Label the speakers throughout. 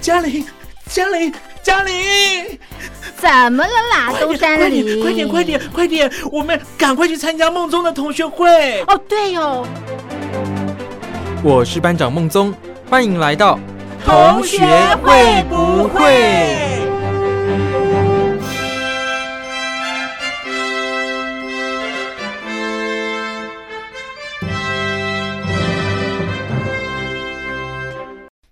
Speaker 1: 嘉玲，嘉玲，嘉玲，
Speaker 2: 怎么了啦，东山
Speaker 1: 林？哎快点，快点，快点，我们赶快去参加梦中的同学会。
Speaker 2: 哦，对哦，
Speaker 3: 我是班长孟宗，欢迎来到
Speaker 1: 同学会不会？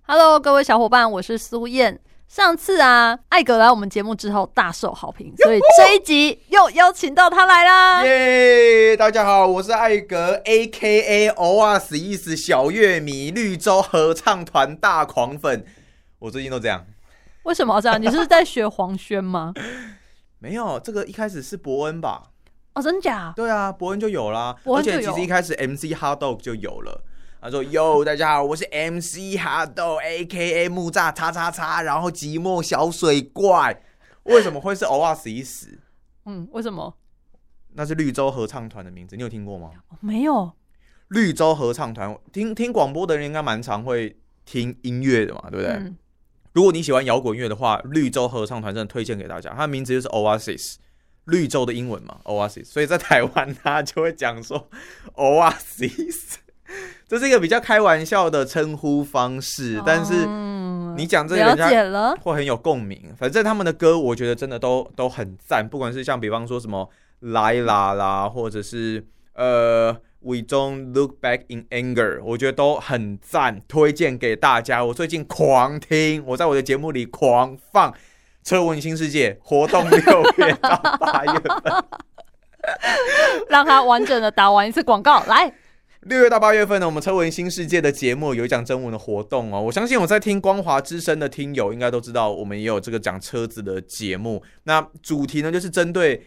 Speaker 4: Hello，各位小伙伴，我是苏燕。上次啊，艾格来我们节目之后大受好评，所以这一集又邀请到他来啦。
Speaker 5: 耶大家好，我是艾格，A K A O R 死一死小乐迷，绿洲合唱团大狂粉。我最近都这样，
Speaker 4: 为什么要这样？你是在学黄轩吗？
Speaker 5: 没有这个一开始是伯恩吧？
Speaker 4: 哦，真假？
Speaker 5: 对啊，伯恩就有啦，
Speaker 4: 伯
Speaker 5: 而
Speaker 4: 恩就有
Speaker 5: 且其实一开始 M C Hot Dog 就有了。他说：“哟，大家好，我是 MC 哈豆，A K A 木栅叉叉叉，然后寂寞小水怪。为什么会是 O R 死一死？
Speaker 4: 嗯，为什么？
Speaker 5: 那是绿洲合唱团的名字，你有听过吗？
Speaker 4: 哦没有，
Speaker 5: 绿洲合唱团，听听广播的人应该蛮常会听音乐的嘛，对不对？
Speaker 4: 嗯，
Speaker 5: 如果你喜欢摇滚乐的话，绿洲合唱团真的推荐给大家，它的名字就是 Oasis，绿洲的英文嘛，Oasis，所以在台湾大家就会讲说 Oasis，这是一个比较开玩笑的称呼方式，但是
Speaker 4: 嗯
Speaker 5: 你讲这个
Speaker 4: 了
Speaker 5: 人家
Speaker 4: 解了，
Speaker 5: 会很有共鸣。反正他们的歌，我觉得真的都都很赞，不管是像比方说什么《来啦啦》，或者是呃《We Don't Look Back in Anger》，我觉得都很赞，推荐给大家。我最近狂听，我在我的节目里狂放。车文新世界活动六月到八月份，
Speaker 4: 让他完整的打完一次广告来。
Speaker 5: 六月到八月份呢，我们车文新世界的节目有一讲征文的活动哦。我相信我在听光华之声的听友应该都知道，我们也有这个讲车子的节目。那主题呢，就是针对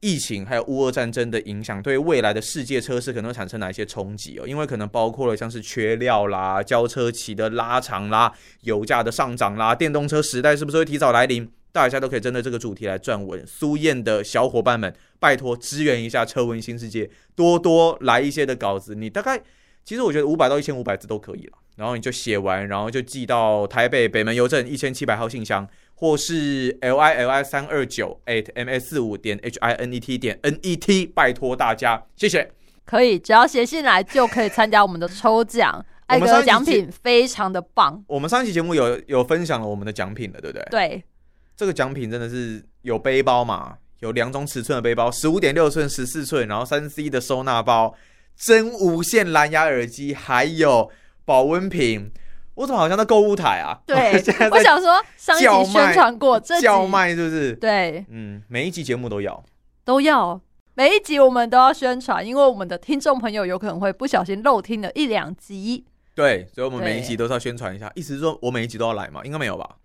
Speaker 5: 疫情还有乌俄战争的影响，对未来的世界车市可能会产生哪一些冲击哦？因为可能包括了像是缺料啦、交车期的拉长啦、油价的上涨啦、电动车时代是不是会提早来临？大家都可以针对这个主题来撰文。苏燕的小伙伴们，拜托支援一下车文新世界，多多来一些的稿子。你大概其实我觉得五百到一千五百字都可以了，然后你就写完，然后就寄到台北北门邮政一千七百号信箱。或是 l i l i 三二九 at m s 四五点 h i n e t 点 n e t，拜托大家，谢谢。
Speaker 4: 可以，只要写信来就可以参加我们的抽奖。艾
Speaker 5: 我
Speaker 4: 格
Speaker 5: 们上一
Speaker 4: 的
Speaker 5: 集
Speaker 4: 奖品非常的棒，
Speaker 5: 我们上一期节目有有分享了我们的奖品了，对不对？
Speaker 4: 对，
Speaker 5: 这个奖品真的是有背包嘛，有两种尺寸的背包，十五点六寸、十四寸，然后三 C 的收纳包，真无线蓝牙耳机，还有保温瓶。我怎么好像在购物台啊？
Speaker 4: 对
Speaker 5: 现在
Speaker 4: 我
Speaker 5: 在
Speaker 4: 想说上一
Speaker 5: 叫
Speaker 4: 集
Speaker 5: 卖
Speaker 4: 宣传过，这集
Speaker 5: 叫卖是不是？
Speaker 4: 对，
Speaker 5: 嗯，每一集节目都要。
Speaker 4: 都要。每一集我们都要宣传，因为我们的听众朋友有可能会不小心漏听了一两集，
Speaker 5: 对，所以我们每一
Speaker 4: 对
Speaker 5: 集都是要宣传一下，意思是说我每一集都要来嘛？应该没有吧？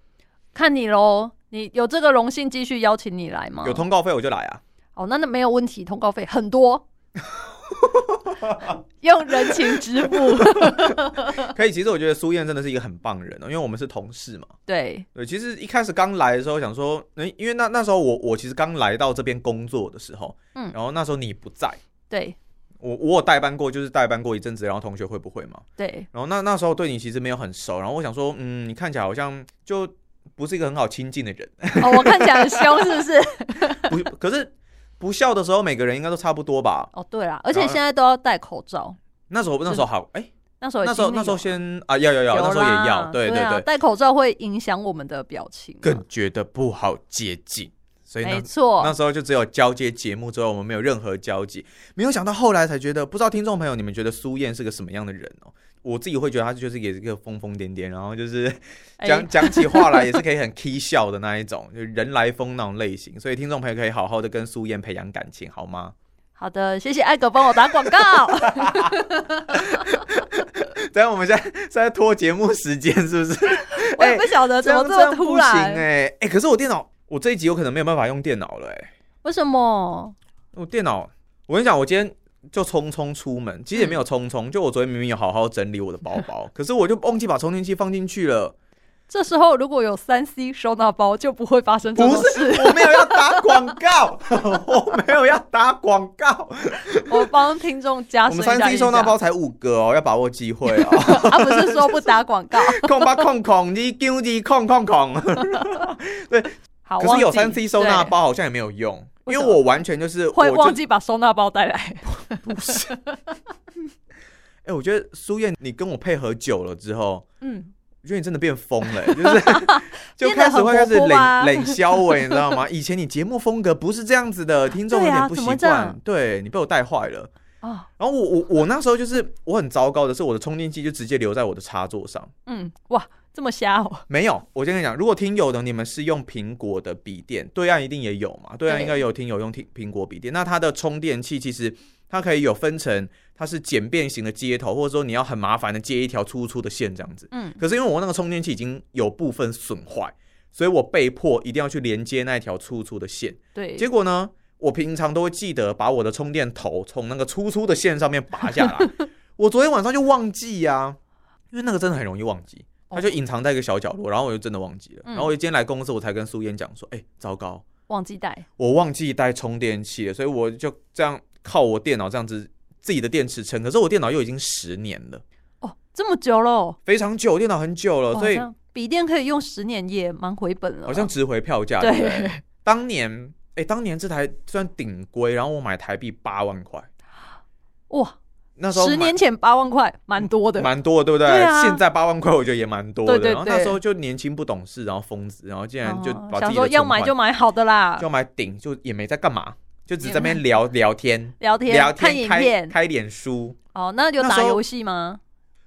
Speaker 4: 看你喽。你有这个荣幸继续邀请你来吗？
Speaker 5: 有通告费我就来啊。
Speaker 4: 哦，那那没有问题，通告费 很多，用人情支 付。
Speaker 5: 可以，其实我觉得苏燕真的是一个很棒的人哦，因为我们是同事嘛。
Speaker 4: 对，
Speaker 5: 对，其实一开始刚来的时候想说，嗯、因为那那时候我我其实刚来到这边工作的时候，
Speaker 4: 嗯
Speaker 5: 然后那时候你不在，
Speaker 4: 对，
Speaker 5: 我我有代班过，就是代班过一阵子，然后同学会不会嘛？
Speaker 4: 对，
Speaker 5: 然后那那时候对你其实没有很熟，然后我想说，嗯，你看起来好像就不是一个很好亲近的人，
Speaker 4: 哦，我看起来很凶，是不是？
Speaker 5: 不，可是不笑的时候每个人应该都差不多吧？
Speaker 4: 哦，对啦，而且现在都要戴口罩。
Speaker 5: 那时候那时候好，哎、
Speaker 4: 那时候已
Speaker 5: 那时候
Speaker 4: 经有
Speaker 5: 那时候先啊，要要要，
Speaker 4: 有
Speaker 5: 那时候也
Speaker 4: 啦
Speaker 5: 要，对
Speaker 4: 对啊
Speaker 5: 对，
Speaker 4: 戴口罩会影响我们的表情啊。
Speaker 5: 更觉得不好接近，所以
Speaker 4: 没
Speaker 5: 呢，
Speaker 4: 错，
Speaker 5: 那时候就只有交接节目之后，我们没有任何交集。没有想到后来才觉得，不知道听众朋友你们觉得苏燕是个什么样的人哦？我自己会觉得她就是也是一个疯疯癫癫，然后就是
Speaker 4: 哎
Speaker 5: 讲讲起话来也是可以很 k 笑的那一种，就人来疯那种类型。所以听众朋友可以好好的跟苏燕培养感情，好吗？
Speaker 4: 好的，谢谢艾格帮我打广 告。
Speaker 5: 但我们现在现在拖节目时间是不是？
Speaker 4: 我也不晓得呃怎么
Speaker 5: 哎这
Speaker 4: 么
Speaker 5: 样
Speaker 4: 突
Speaker 5: 这样
Speaker 4: 然
Speaker 5: 不行，哎、哎、可是我电脑，我这一集有可能没有办法用电脑了哎、
Speaker 4: 为什么？
Speaker 5: 我电脑，我跟你讲，我今天就匆匆出门，其实也
Speaker 4: 嗯
Speaker 5: 没有匆匆，就我昨天明明有好好整理我的包包，可是我就忘记把充电器放进去了。
Speaker 4: 这时候如果有三 C 收纳包，就不会发生这
Speaker 5: 不
Speaker 4: 种事。
Speaker 5: 是，我没有要打广告， 我没有要打广告。
Speaker 4: 啊我帮听众加
Speaker 5: 我
Speaker 4: 深一
Speaker 5: 们
Speaker 4: 下
Speaker 5: 三 C
Speaker 4: 印象
Speaker 5: 收纳包才五个哦，要把握机会哦。
Speaker 4: 啊，不是说不打 广告。
Speaker 5: 空吧空空，你丢你空空空。
Speaker 4: 好，
Speaker 5: 可是有
Speaker 4: 忘记
Speaker 5: 三 C 收纳包好像也没有用，因
Speaker 4: 为
Speaker 5: 为
Speaker 4: 什么
Speaker 5: 我完全就是
Speaker 4: 对，会
Speaker 5: 我就
Speaker 4: 忘记把收纳包带来。
Speaker 5: 哎、我觉得苏燕，你跟我配合久了之后，
Speaker 4: 嗯，
Speaker 5: 我觉得你真的变疯了、欸就是 就
Speaker 4: 变得
Speaker 5: 开始
Speaker 4: 很
Speaker 5: 会
Speaker 4: 活
Speaker 5: 开始
Speaker 4: 泼啊
Speaker 5: 冷冷消尾，你知道吗？以前你节目风格不是这样子 的，听众有
Speaker 4: 对啊
Speaker 5: 点不习
Speaker 4: 怎么这
Speaker 5: 惯
Speaker 4: 样，
Speaker 5: 对你被我带坏了。
Speaker 4: 哦，
Speaker 5: 然后我我我那时候就是我很糟糕的是，我的充电器就直接留在我的插座上。
Speaker 4: 嗯，哇，这么瞎哦。
Speaker 5: 没有，我先跟你讲，如果听友的你们是用苹果的笔电，对岸一定也有嘛，对岸
Speaker 4: 对
Speaker 5: 应该有听友用苹苹果笔电，那它的充电器其实它可以有分成，它是简便型的接头，或者说你要很麻烦的接一条粗粗的线这样子。
Speaker 4: 嗯，
Speaker 5: 可是因为我那个充电器已经有部分损坏，所以我被迫一定要去连接那一条粗粗的线。
Speaker 4: 对，
Speaker 5: 结果呢，我平常都会记得把我的充电头从那个粗粗的线上面拔下 来。我昨天晚上就忘记呀、因为那个真的很容易忘记，
Speaker 4: 哦
Speaker 5: 它就隐藏在一个小角落，然后我就真的忘记了。
Speaker 4: 嗯
Speaker 5: 然后我今天来公司，我才跟苏燕讲说：“哎、糟糕，
Speaker 4: 忘记带。
Speaker 5: 我忘记带充电器了。”所以我就这样靠我电脑这样子自己的电池撑。可是我电脑又已经十年了，
Speaker 4: 哦，这么久了哦，
Speaker 5: 非常久，电脑很久了，哦
Speaker 4: 哇
Speaker 5: 所以
Speaker 4: 这样笔电可以用十年，也蛮回本了。
Speaker 5: 好像值回票价。对不对，
Speaker 4: 对，
Speaker 5: 当年哎、当年这台算顶规，然后我买台币八万块，
Speaker 4: 哇，
Speaker 5: 那时候
Speaker 4: 十
Speaker 5: 买
Speaker 4: 年前八万块，蛮多的。
Speaker 5: 蛮多的，对不对？
Speaker 4: 对啊
Speaker 5: 现在八万块，我觉得也蛮多的。
Speaker 4: 对对
Speaker 5: 然后
Speaker 4: 对
Speaker 5: 那时候就年轻不懂事，然后疯子，然后竟然就
Speaker 4: 哦
Speaker 5: 把自
Speaker 4: 想
Speaker 5: 己的
Speaker 4: 说要买就
Speaker 5: 买，
Speaker 4: 买好的啦，
Speaker 5: 就买顶，就也没在干嘛，就只在那
Speaker 4: 也
Speaker 5: 边聊聊天，
Speaker 4: 聊天、
Speaker 5: 聊
Speaker 4: 看影
Speaker 5: 天，开
Speaker 4: 片。
Speaker 5: 开脸书。
Speaker 4: 哦，那有
Speaker 5: 那时
Speaker 4: 打
Speaker 5: 候
Speaker 4: 游戏吗？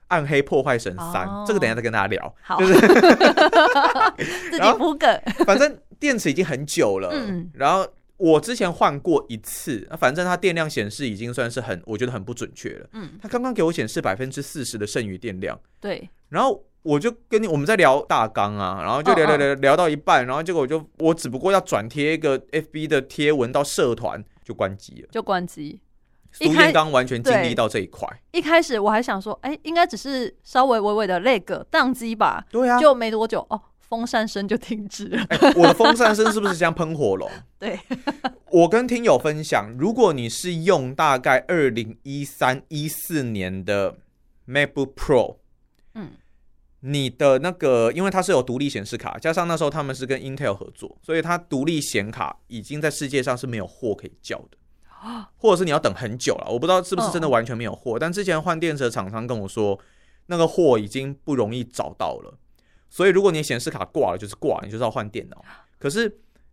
Speaker 5: 暗黑破坏神三、
Speaker 4: 哦
Speaker 5: 这个等一下再跟大家聊。
Speaker 4: 好，
Speaker 5: 就是
Speaker 4: 自
Speaker 5: 然
Speaker 4: 己
Speaker 5: 后
Speaker 4: 补梗。
Speaker 5: 反正电池已经很久了，
Speaker 4: 嗯
Speaker 5: 然后我之前换过一次，那反正它电量显示已经算是很，我觉得很不准确了。
Speaker 4: 嗯，
Speaker 5: 它刚刚给我显示百分之四十的剩余电量，
Speaker 4: 对，
Speaker 5: 然后我就跟你我们在聊大纲啊，然后就聊
Speaker 4: 嗯
Speaker 5: 聊
Speaker 4: 嗯
Speaker 5: 聊聊到一半，然后结果我就我只不过要转贴一个 FB 的贴文到社团就关机了。
Speaker 4: 就关机。
Speaker 5: 苏
Speaker 4: 一开
Speaker 5: 彦刚完全经历
Speaker 4: 对
Speaker 5: 到这一块，
Speaker 4: 一开始我还想说，哎、应该只是稍微微微的那个宕机吧，
Speaker 5: 对啊，
Speaker 4: 就没多久哦，风扇声就停止 了。
Speaker 5: 哎我的风扇声是不是像喷火龙？
Speaker 4: 对，
Speaker 5: 我跟听友分享，如果你是用大概二零一三一四年的 MacBook Pro，
Speaker 4: 嗯，
Speaker 5: 你的那个，因为它是有独立显示卡，加上那时候他们是跟 Intel 合作，所以它独立显卡已经在世界上是没有货可以叫的。或者是你要等很久了，我不知道是不是真的完全没有货。但之前换电池的厂商跟我说，那个货已经不容易找到了。所以如果你显示卡挂了，就是挂了，你就是要换电脑。可是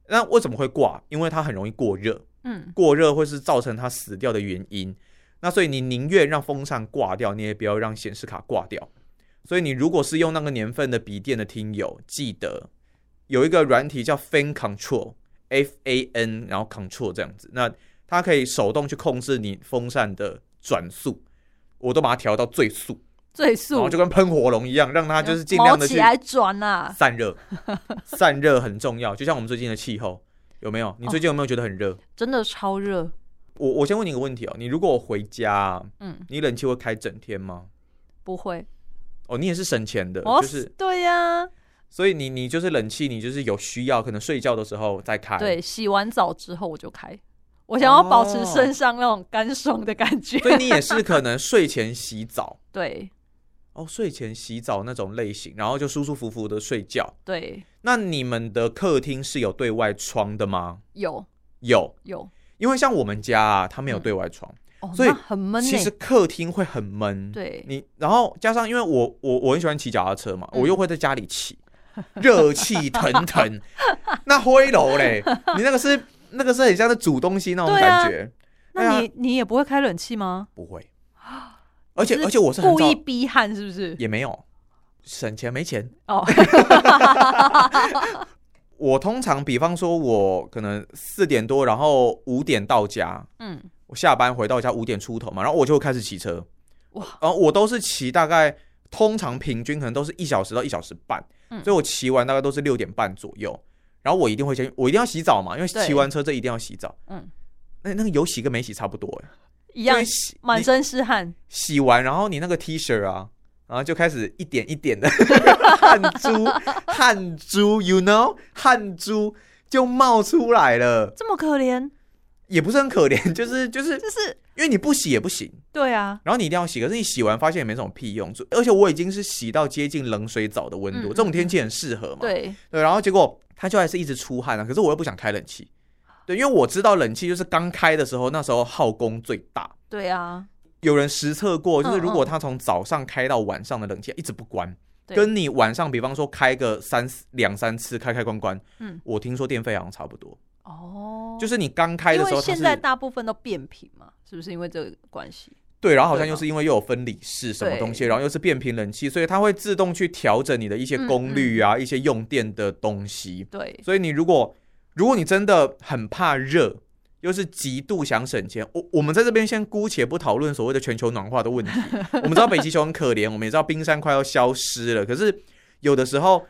Speaker 5: 那为什么会挂？因为它很容易过热，
Speaker 4: 嗯，
Speaker 5: 过热会是造成它死掉的原因。那所以你宁愿让风扇挂掉，你也不要让显示卡挂掉。所以你如果是用那个年份的笔电的听友，记得有一个软体叫 Fan Control，F A N，然后 Control 这样子，那它可以手动去控制你风扇的转速，我都把它调到最速，
Speaker 4: 最
Speaker 5: 然
Speaker 4: 速
Speaker 5: 后就跟喷火龙一样，让它就是尽量的
Speaker 4: 毛
Speaker 5: 去
Speaker 4: 起来转啊。
Speaker 5: 散热， 散热很重要。就像我们最近的气候，有没
Speaker 4: 哦
Speaker 5: 有？你最近有没有觉得很热？
Speaker 4: 真的超热。
Speaker 5: 我我先问你一个问题哦，你如果回家，
Speaker 4: 嗯，
Speaker 5: 你冷气会开整天吗？
Speaker 4: 不会，
Speaker 5: 哦，你也是省钱的，
Speaker 4: 哦，
Speaker 5: 呃就是
Speaker 4: 对呀、
Speaker 5: 所以你你就是冷气，你就是有需要，可能睡觉的时候再开。
Speaker 4: 对，，洗完澡之后我就开，我想要保持
Speaker 5: 哦
Speaker 4: 身上那种干爽的感 觉。
Speaker 5: 所以你也是可能睡前洗澡
Speaker 4: 对
Speaker 5: 哦，睡前洗澡那种类型，然后就舒舒服服的睡觉。
Speaker 4: 对，
Speaker 5: 那你们的客厅是有对外窗的吗？
Speaker 4: 有
Speaker 5: 有，
Speaker 4: 有，
Speaker 5: 因为像我们家啊，它没有
Speaker 4: 嗯
Speaker 5: 对外窗，
Speaker 4: 哦，
Speaker 5: 所以
Speaker 4: 那很闷呢、
Speaker 5: 其实客厅会很闷。
Speaker 4: 对
Speaker 5: 你，然后加上因为我我我很喜欢骑脚踏车嘛，
Speaker 4: 嗯
Speaker 5: 我又会在家里骑，热气腾腾。 那灰楼嘞，你那个是那个是很像在煮东西那种
Speaker 4: 对啊
Speaker 5: 感觉，
Speaker 4: 那
Speaker 5: 哎
Speaker 4: 你、你也不会开冷气吗？
Speaker 5: 不会。而且
Speaker 4: 你
Speaker 5: 而且我是很
Speaker 4: 故
Speaker 5: 早
Speaker 4: 意逼汗，是 不是？
Speaker 5: 也没有省钱没钱。
Speaker 4: 哦，
Speaker 5: 我通常比方说，我可能四点多，然后五点到家，
Speaker 4: 嗯，
Speaker 5: 我下班回到家五点出头嘛，然后我就会开始骑车。
Speaker 4: 哇！
Speaker 5: 然后我都是骑大概，通常平均可能都是一小时到一小时半，
Speaker 4: 嗯
Speaker 5: 所以我骑完大概都是六点半左右。然后我一定会先，我一定要洗澡嘛，因为
Speaker 4: 对
Speaker 5: 骑完车这一定要洗澡。
Speaker 4: 嗯，
Speaker 5: 那那个有洗跟没洗差不多哎、
Speaker 4: 一
Speaker 5: 因
Speaker 4: 样
Speaker 5: 为洗
Speaker 4: 满
Speaker 5: 你
Speaker 4: 身是汗，
Speaker 5: 洗完，然后你那个 T 恤啊，然后就开始一点一点 的汗珠，汗珠，you know，汗珠就冒出来了，
Speaker 4: 这么可怜，
Speaker 5: 也不是很可怜，就是就是
Speaker 4: 就是
Speaker 5: 因为你不洗也不行，
Speaker 4: 对啊，
Speaker 5: 然后你一定要洗，可是你洗完发现也没什么屁用，就而且我已经是洗到接近冷水澡的温度，
Speaker 4: 嗯
Speaker 5: 这种天气很适合嘛，
Speaker 4: 对，
Speaker 5: 对，然后结果他就还是一直出汗啊，可是我又不想开冷气，对，因为我知道冷气就是刚开的时候，那时候耗功最大。
Speaker 4: 对啊，
Speaker 5: 有人实测过，就是
Speaker 4: 嗯
Speaker 5: 如果
Speaker 4: 嗯
Speaker 5: 他从早上开到晚上的冷气一直不关，
Speaker 4: 对
Speaker 5: 跟你晚上比方说开个三四两三次开开关关，
Speaker 4: 嗯
Speaker 5: 我听说电费好像差不多，
Speaker 4: 哦，
Speaker 5: 就是是你刚开的时
Speaker 4: 因
Speaker 5: 候
Speaker 4: 为
Speaker 5: 它
Speaker 4: 现在
Speaker 5: 是
Speaker 4: 大部分都变频嘛，是不是因为这个关系？
Speaker 5: 对，然后好像
Speaker 4: 对
Speaker 5: 又
Speaker 4: 嘛
Speaker 5: 是因为又有分离式什么东西，
Speaker 4: 对
Speaker 5: 然后又是变频冷气，所以它会自动去调整你的一些
Speaker 4: 嗯
Speaker 5: 功率啊，一些用电的东西。
Speaker 4: 对，
Speaker 5: 所以你如果如果你真的很怕热，又是极度想省钱，我我们在这边先姑且不讨论所谓的全球暖化的问 题。我们知道北极熊很可怜，我们也知道冰山快要消失了，可是有的时候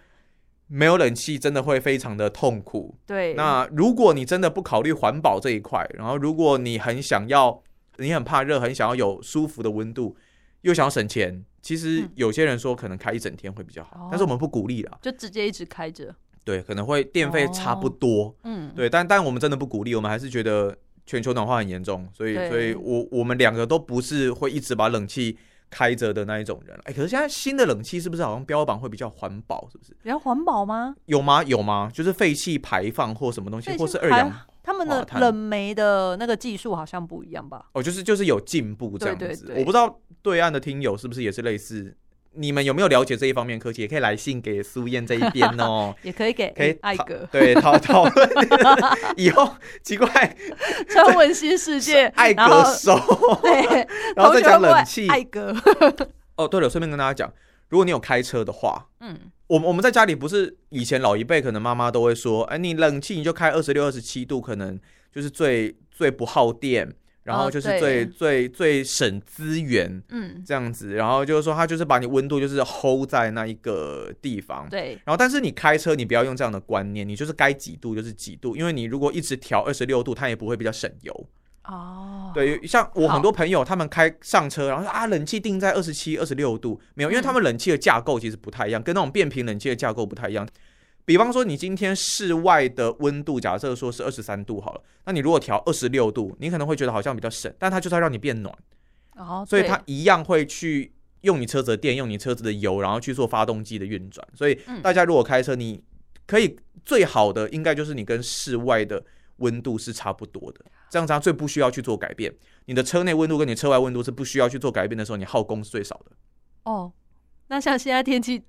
Speaker 5: 没有冷气真的会非常的痛苦。
Speaker 4: 对，
Speaker 5: 那如果你真的不考虑环保这一块，然后如果你很想要，你很怕热，很想要有舒服的温度，又想要省钱，其实
Speaker 4: 嗯
Speaker 5: 有些人说可能开一整天会比较好，
Speaker 4: 哦
Speaker 5: 但是我们不鼓励啦。
Speaker 4: 就直接一直开着，
Speaker 5: 对，可能会电费差不
Speaker 4: 哦
Speaker 5: 多。
Speaker 4: 嗯，
Speaker 5: 对，但但我们真的不鼓励，我们还是觉得全球暖化很严重，所以
Speaker 4: 对
Speaker 5: 所以我我们两个都不是会一直把冷气开着的那一种人。哎，可是现在新的冷气是不是好像标榜会比较环保？是不是
Speaker 4: 比较环保吗？
Speaker 5: 有吗？有吗？就是废气排放或什么东西，
Speaker 4: 所以
Speaker 5: 或是
Speaker 4: 现
Speaker 5: 二
Speaker 4: 在
Speaker 5: 氧
Speaker 4: 他们
Speaker 5: 化
Speaker 4: 的
Speaker 5: 碳
Speaker 4: 冷媒的那个技术好像不一样吧？
Speaker 5: 哦，就是就是有进步这样子。
Speaker 4: 对对对
Speaker 5: 我不知道对岸的听友是不是也是类似。你们有没有了解这一方面科技？也可以来信给苏燕这一边 哦，
Speaker 4: 也可以给
Speaker 5: 可以
Speaker 4: 艾
Speaker 5: 讨
Speaker 4: 格
Speaker 5: 对讨讨论 以后奇怪
Speaker 4: 穿文新世界，
Speaker 5: 艾
Speaker 4: 然后
Speaker 5: 格手，
Speaker 4: 对，
Speaker 5: 然后再
Speaker 4: 同学
Speaker 5: 讲冷
Speaker 4: 会
Speaker 5: 气
Speaker 4: 艾格，
Speaker 5: 哦，对了，顺便跟大家讲，如果你有开车的话，
Speaker 4: 嗯，
Speaker 5: 我们我们在家里不是以前老一辈可能妈妈都会说，哎，你冷气你就开二十六、二十七度，可能就是最最不耗电，然后
Speaker 4: 哦
Speaker 5: 就是最、
Speaker 4: 对
Speaker 5: 最最省资源
Speaker 4: 嗯，
Speaker 5: 这样子，然后就是说它就是把你温度就是 hold 在那一个地方。
Speaker 4: 对，
Speaker 5: 然后，但是你开车，你不要用这样的观念，你就是该几度就是几度，因为你如果一直调二十六度，它也不会比较省油。
Speaker 4: 哦，
Speaker 5: 对，像我
Speaker 4: 好
Speaker 5: 很多朋友，他们开上车，然后说啊，冷气定在二十七、二十六度，没有，因为他们冷气的架构其实不太一样，跟那种变频冷气的架构不太一样。比方说，你今天室外的温度，假设说是二十三度好了，那你如果调二十六度，你可能会觉得好像比较省，但它就是要让你变暖，
Speaker 4: 哦，
Speaker 5: 所以
Speaker 4: 对
Speaker 5: 它一样会去用你车子的电，用你车子的油，然后去做发动机的运转。所以
Speaker 4: 嗯
Speaker 5: 大家如果开车，你可以最好的应该就是你跟室外的温度是差不多的，这样子它最不需要去做改变。你的车内温度跟你车外温度是不需要去做改变的时候，你耗功是最少的。
Speaker 4: 哦，那像现在天气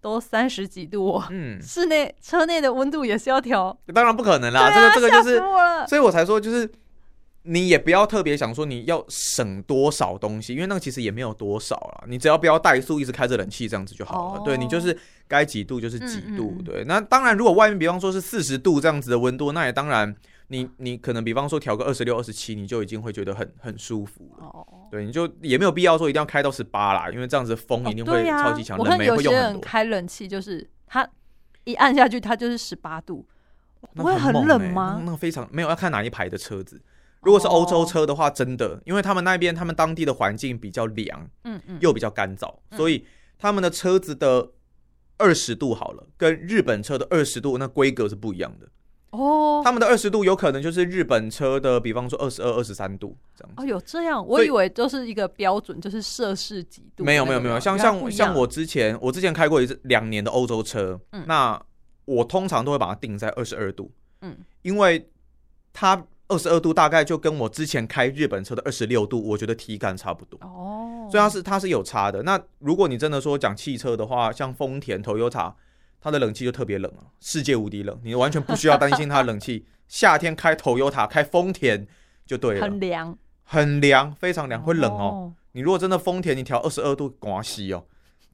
Speaker 4: 都三十几度哦，
Speaker 5: 嗯，
Speaker 4: 室内车内的温度也是要调，
Speaker 5: 当然不可能啦，
Speaker 4: 对啊
Speaker 5: 这个这个
Speaker 4: 吓
Speaker 5: 就是
Speaker 4: 死我了，
Speaker 5: 所以我才说，就是你也不要特别想说你要省多少东西，因为那个其实也没有多少啦。你只要不要怠速，一直开着冷气这样子就好了。
Speaker 4: 哦
Speaker 5: 对你就是该几度就是几度。
Speaker 4: 嗯嗯嗯
Speaker 5: 对，那当然，如果外面比方说是四十度这样子的温度，那也当然你，你可能比方说调个二十六、二十七，你就已经会觉得很很舒服了。
Speaker 4: 哦。
Speaker 5: 对，你就也没有必要说一定要开到十八啦，因为这样子风一定
Speaker 4: 哦
Speaker 5: 会
Speaker 4: 对呀
Speaker 5: 超级强，
Speaker 4: 我
Speaker 5: 冷
Speaker 4: 看
Speaker 5: 媒
Speaker 4: 有
Speaker 5: 会
Speaker 4: 些
Speaker 5: 用很
Speaker 4: 人
Speaker 5: 多，
Speaker 4: 开冷气，就是它一按下去，它就是十八度，
Speaker 5: 那
Speaker 4: 不会
Speaker 5: 猛
Speaker 4: 冷
Speaker 5: 欸
Speaker 4: 吗哦
Speaker 5: 那？那非常没有要看哪一排的车子，如果是欧洲车的话，真的，因为他们那边他们当地的环境比较凉，
Speaker 4: 嗯嗯，
Speaker 5: 又比较干燥，
Speaker 4: 嗯
Speaker 5: 所以他们的车子的二十度好了，跟日本车的二十度那规格是不一样的。
Speaker 4: 哦
Speaker 5: 他们的二十度有可能就是日本车的，比方说二十二、二十三度这样子。
Speaker 4: 哦，有这样，
Speaker 5: 所
Speaker 4: 我
Speaker 5: 以
Speaker 4: 以为就是一个标准，就是摄氏几度的那种。啊
Speaker 5: 没有没有没有，像像像
Speaker 4: 原来不一样
Speaker 5: 我之前我之前开过一次两年的欧洲车，
Speaker 4: 嗯
Speaker 5: 那我通常都会把它定在二十二度，
Speaker 4: 嗯
Speaker 5: 因为它二十二度大概就跟我之前开日本车的二十六度，我觉得体感差不多。
Speaker 4: 哦，
Speaker 5: 所以它是它是有差的。那如果你真的说讲汽车的话，像丰田、Toyota，它的冷气就特别冷啊，世界无敌冷，你完全不需要担心它的冷 气。夏天开 Toyota、开丰田就对了
Speaker 4: 很，凉，
Speaker 5: 很凉，非常凉，会冷哦。你如果真的丰田，你调二十二度，刮西哦，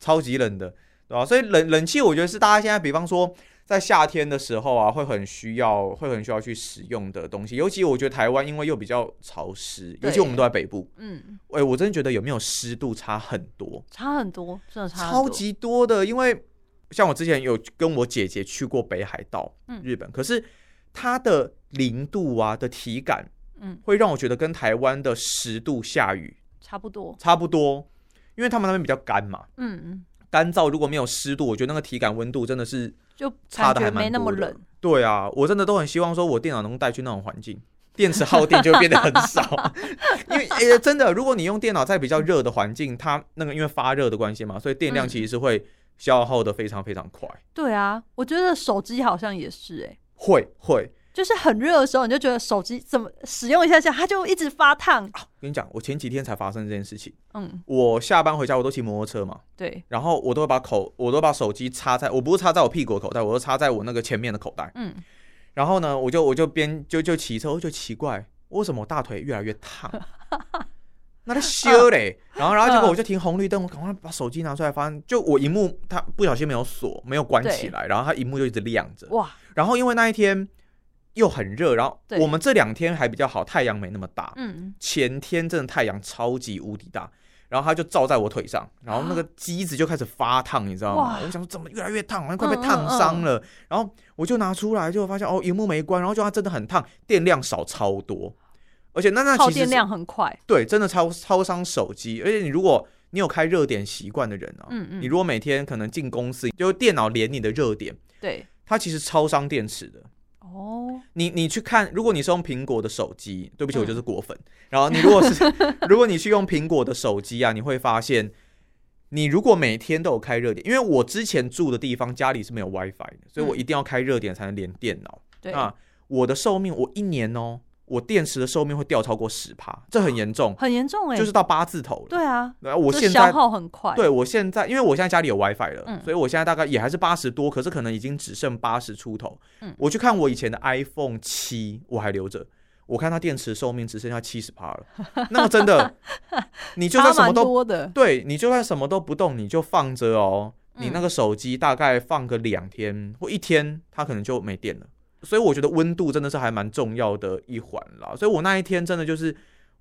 Speaker 5: 超级冷的，对吧、所以冷冷气，我觉得是大家现在，比方说在夏天的时候啊，会很需要，会很需要去使用的东西。尤其我觉得台湾因为又比较潮湿，尤其
Speaker 4: 对
Speaker 5: 我们都在北部，
Speaker 4: 嗯，
Speaker 5: 哎、我真的觉得有没有湿度差很多。
Speaker 4: 差很多，真的差很
Speaker 5: 超
Speaker 4: 多
Speaker 5: 级多的，因为像我之前有跟我姐姐去过北海道，
Speaker 4: 嗯
Speaker 5: 日本，可是它的零度啊的体感，
Speaker 4: 嗯
Speaker 5: 会让我觉得跟台湾的十度下雨
Speaker 4: 差不多，
Speaker 5: 差不多。因为他们那边比较干嘛，
Speaker 4: 嗯嗯，
Speaker 5: 干燥如果没有湿度，我觉得那个体感温度真的是
Speaker 4: 就
Speaker 5: 差
Speaker 4: 感
Speaker 5: 得
Speaker 4: 觉
Speaker 5: 还蛮
Speaker 4: 没那么
Speaker 5: 多的
Speaker 4: 冷。
Speaker 5: 对啊，我真的都很希望说我电脑能带去那种环境，电池耗电就会变得很少。 因为、诶真的，如果你用电脑在比较热的环境，它那个因为发热的关系嘛，所以电量
Speaker 4: 嗯
Speaker 5: 其实是会消耗的非常非常快。
Speaker 4: 对啊，我觉得手机好像也是、欸，
Speaker 5: 会会，
Speaker 4: 就是很热的时候，你就觉得手机怎么使用一下下，它就一直发烫。
Speaker 5: 跟你讲，我前几天才发生这件事情。
Speaker 4: 嗯，
Speaker 5: 我下班回家，我都骑摩托车嘛，
Speaker 4: 对，
Speaker 5: 然后我都会把口，我都把手机插在，我不是插在我屁股的口袋，我都插在我那个前面的口袋。
Speaker 4: 嗯，
Speaker 5: 然后呢，我就我就边就就骑车，我就奇怪，为什么我大腿越来越烫？那在修嘞，然后然后结果我就停红绿灯，我赶快把手机拿出来，发现就我荧幕它不小心没有锁，没有关起来，然后它荧幕就一直亮着。
Speaker 4: 哇，
Speaker 5: 然后因为那一天又很热，然后
Speaker 4: 对
Speaker 5: 我们这两天还比较好，太阳没那么大。
Speaker 4: 嗯，
Speaker 5: 前天真的太阳超级无敌大，然后它就照在我腿上，然后那个机子就开始发烫，你知道吗
Speaker 4: 哇？嗯
Speaker 5: 我想说怎么越来越烫，好像快被烫伤了。然后我就拿出来，就发现哦，荧幕没关，然后就它真的很烫，电量少超多，而且那那
Speaker 4: 耗
Speaker 5: 其实
Speaker 4: 电
Speaker 5: 是
Speaker 4: 量很快。
Speaker 5: 对，真的超超伤手机。而且你如果你有开热点习惯的人啊，
Speaker 4: 嗯
Speaker 5: 你
Speaker 4: 嗯，
Speaker 5: 如果每天可能进公司，就电脑连你的热点，
Speaker 4: 对，
Speaker 5: 它其实超伤电池的。
Speaker 4: 哦，
Speaker 5: 你你去看，如果你是用苹果的手机，对不起，
Speaker 4: 嗯
Speaker 5: 我就是果粉。然后你如果是 如果你去用苹果的手机啊，你会发现，你如果每天都有开热点，因为我之前住的地方家里是没有 WiFi 的，所以我一定要开热点才能连电脑。
Speaker 4: 嗯对，
Speaker 5: 啊，我的寿命我一年哦，我电池的寿命会掉超过十趴，这很严重，
Speaker 4: 很严重哎、
Speaker 5: 就是到八字头了。
Speaker 4: 对啊，
Speaker 5: 对啊，我
Speaker 4: 就
Speaker 5: 现
Speaker 4: 消
Speaker 5: 在
Speaker 4: 耗很快。
Speaker 5: 对我现在，因为我现在家里有 WiFi 了，
Speaker 4: 嗯
Speaker 5: 所以我现在大概也还是八十多，可是可能已经只剩八十出头。
Speaker 4: 嗯
Speaker 5: 我去看我以前的 iPhone 七，我还留着。我看它电池寿命只剩下七十趴了，那个真的，你就
Speaker 4: 差
Speaker 5: 算什么
Speaker 4: 蛮
Speaker 5: 都
Speaker 4: 多的，
Speaker 5: 对，你就算什么都不动，你就放着哦，你
Speaker 4: 嗯
Speaker 5: 那个手机大概放个两天或一天，它可能就没电了。所以我觉得温度真的是还蛮重要的一环啦。所以我那一天真的就是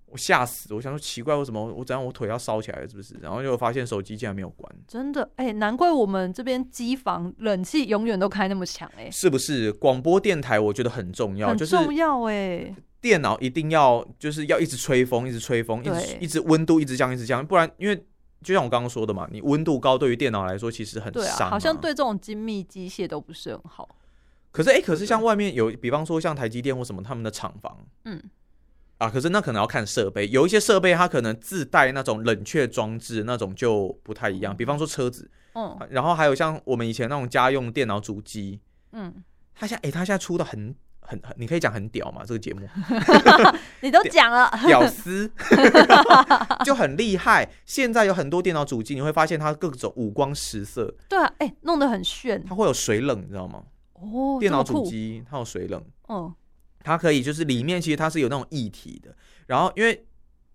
Speaker 5: 我吓死，我想说奇怪，为什么我怎样我腿要烧起来了是不是？然后就发现手机竟然没有关，
Speaker 4: 真的哎、难怪我们这边机房冷气永远都开那么强哎、
Speaker 5: 是不是？广播电台我觉得很重要，
Speaker 4: 很
Speaker 5: 就是
Speaker 4: 重要哎、
Speaker 5: 电脑一定要就是要一直吹风，一直吹风，一直
Speaker 4: 对
Speaker 5: 一直温度一直降，一直降，不然因为就像我刚刚说的嘛，你温度高对于电脑来说其实很
Speaker 4: 对
Speaker 5: 伤、
Speaker 4: 啊，好像对这种精密机械都不是很好。
Speaker 5: 可是哎、欸可是像外面有，比方说像台积电或什么他们的厂房
Speaker 4: 嗯，
Speaker 5: 啊，可是那可能要看设备，有一些设备它可能自带那种冷却装置，那种就不太一
Speaker 4: 哦
Speaker 5: 样。比方说车子，
Speaker 4: 嗯
Speaker 5: 啊然后还有像我们以前那种家用电脑主机，
Speaker 4: 嗯，
Speaker 5: 它现在哎、它现在出的很很很，你可以讲很屌嘛，这个 节目
Speaker 4: 你都讲了，
Speaker 5: 屌丝 就很厉害。现在有很多电脑主机，你会发现它各种五光十色，
Speaker 4: 对啊，哎、弄得很炫
Speaker 5: 它会有水冷，你知道吗？
Speaker 4: 哦，
Speaker 5: 电脑
Speaker 4: 这么
Speaker 5: 主
Speaker 4: 酷，
Speaker 5: 机它有水冷。
Speaker 4: 嗯，
Speaker 5: 它可以就是里面其实它是有那种液体的，然后因为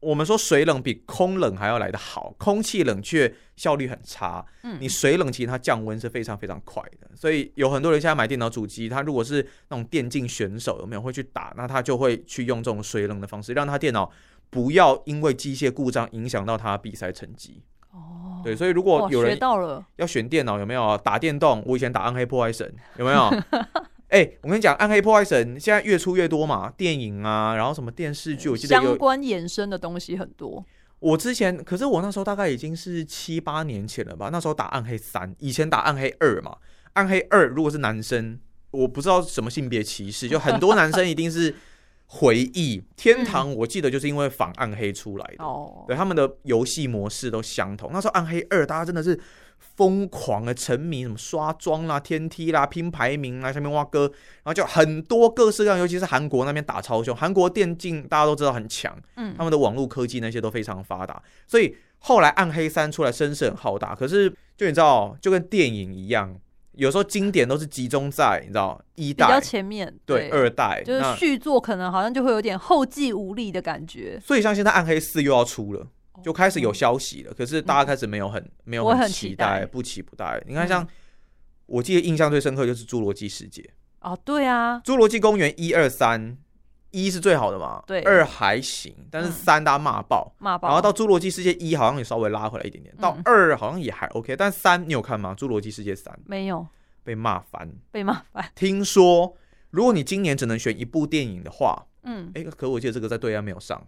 Speaker 5: 我们说水冷比空冷还要来得好，空气冷却效率很差，
Speaker 4: 嗯
Speaker 5: 你水冷其实它降温是非常非常快的，所以有很多人现在买电脑主机，他如果是那种电竞选手有没有会去打，那他就会去用这种水冷的方式，让他电脑不要因为机械故障影响到他比赛成绩。
Speaker 4: 哦，
Speaker 5: 对，所以如
Speaker 4: 哇，
Speaker 5: 果有
Speaker 4: 学
Speaker 5: 人
Speaker 4: 到了，
Speaker 5: 要选电脑有没有打电动？我以前打《暗黑破坏神》有没有？ 哎、我跟你讲，《暗黑破坏神》现在越出越多嘛，电影啊，然后什么电视剧，我记得
Speaker 4: 相
Speaker 5: 有。
Speaker 4: 关衍生的东西很多，
Speaker 5: 我之前，可是我那时候大概已经是七八年前了吧，那时候打《暗黑三》，以前打《暗黑二》嘛，《暗黑二》如果是男生，我不知道什么性别歧视，就很多男生一定是回 忆
Speaker 4: 嗯
Speaker 5: 天堂，我记得就是因为仿暗黑出来的。
Speaker 4: 哦，
Speaker 5: 对他们的游戏模式都相同。那时候《暗黑二》大家真的是疯狂的沉迷，什么刷装啦、天梯啦、拼排名啦、下面挖哥，然后就很多各式各样，尤其是韩国那边打超凶。韩国电竞大家都知道很强，
Speaker 4: 嗯
Speaker 5: 他们的网络科技那些都非常发达，所以后来《暗黑三》出来声势很浩大。可是就你知道，就跟电影一样。有时候经典都是集中在你知道一
Speaker 4: 比较
Speaker 5: 代
Speaker 4: 前面，
Speaker 5: 欸对二代，
Speaker 4: 就是
Speaker 5: 那
Speaker 4: 续作可能好像就会有点后继无力的感觉。
Speaker 5: 所以像现在《暗黑四》又要出了，
Speaker 4: 哦
Speaker 5: 就开
Speaker 4: 嗯
Speaker 5: 始有消息了。可是大家开始没有很、没有
Speaker 4: 我嗯很
Speaker 5: 期
Speaker 4: 期待
Speaker 5: 不期不待。你看像，我记得印象最深刻就是侏罗纪世界
Speaker 4: 哦，对啊》，，
Speaker 5: 《侏罗纪公园》一二三，一是最好的嘛，
Speaker 4: 对
Speaker 5: 二还行，但是
Speaker 4: 嗯
Speaker 5: 三大家骂爆。
Speaker 4: 骂爆，
Speaker 5: 然后到《侏罗纪世界》一好像也稍微拉回来一点点，到
Speaker 4: 嗯
Speaker 5: 二好像也还 OK，、但三你有看吗？《侏罗纪世界三》
Speaker 4: 没有
Speaker 5: 被骂翻。
Speaker 4: 被骂烦，
Speaker 5: 听说如果你今年只能选一部电影的话，
Speaker 4: 嗯，
Speaker 5: 哎，可我记得这个在对岸没有上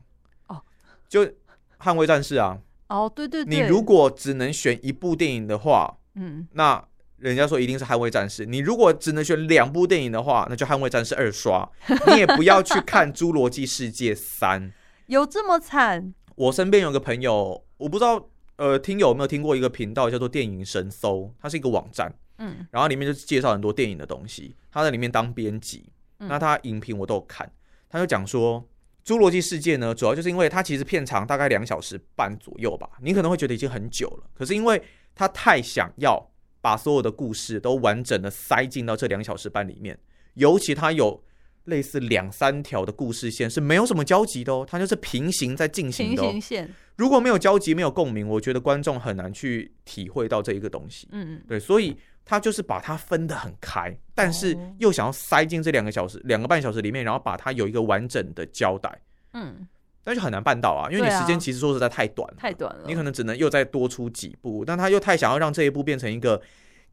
Speaker 4: 哦，
Speaker 5: 就《捍卫战士》啊，
Speaker 4: 哦，对对
Speaker 5: 你
Speaker 4: 对，
Speaker 5: 如果只能选一部电影的话，
Speaker 4: 嗯，
Speaker 5: 那人家说一定是《捍卫战士》。你如果只能选两部电影的话，那就《捍卫战士二》刷，你也不要去看《侏罗纪世界三》。
Speaker 4: 有这么惨？
Speaker 5: 我身边有个朋友，我不知道呃听友有没有听过一个频道叫做“电影神搜”，它是一个网站，
Speaker 4: 嗯，
Speaker 5: 然后里面就是介绍很多电影的东西。他在里面当编辑，
Speaker 4: 嗯
Speaker 5: 那他影评我都有看，他就讲说。《侏罗纪世界》呢，主要就是因为它其实片长大概两小时半左右吧，你可能会觉得已经很久了，可是因为它太想要把所有的故事都完整的塞进到这两小时半里面，尤其它有类似两三条的故事线是没有什么交集的哦，它就是平行在进行
Speaker 4: 平
Speaker 5: 的、哦
Speaker 4: 行，线，
Speaker 5: 如果没有交集、没有共鸣，我觉得观众很难去体会到这一个东西。
Speaker 4: 嗯，
Speaker 5: 对，所以他就是把它分得很开，但是
Speaker 4: 哦
Speaker 5: 又想要塞进这两个小时、两个半小时里面，然后把它有一个完整的交代，
Speaker 4: 嗯，
Speaker 5: 但是很难办到啊，因为你
Speaker 4: 对啊
Speaker 5: 时间其实说实在太短了，
Speaker 4: 太短了，
Speaker 5: 你可能只能又再多出几部，但他又太想要让这一部变成一个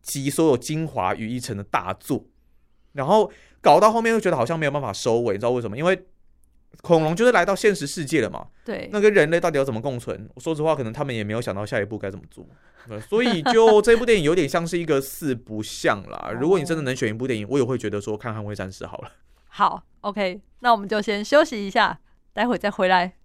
Speaker 5: 集所有精华于一身的大作，然后搞到后面又觉得好像没有办法收尾，你知道为什么？因为恐龙就是来到现实世界了嘛，
Speaker 4: 对，
Speaker 5: 那跟人类到底要怎么共存？说实话，可能他们也没有想到下一步该怎么做，呃所以就这部电影有点像是一个四不像啦。
Speaker 4: 哦
Speaker 5: 如果你真的能选一部电影，我也会觉得说看《捍卫战士》好了。
Speaker 4: 好，OK，那我们就先休息一下，待会再回来。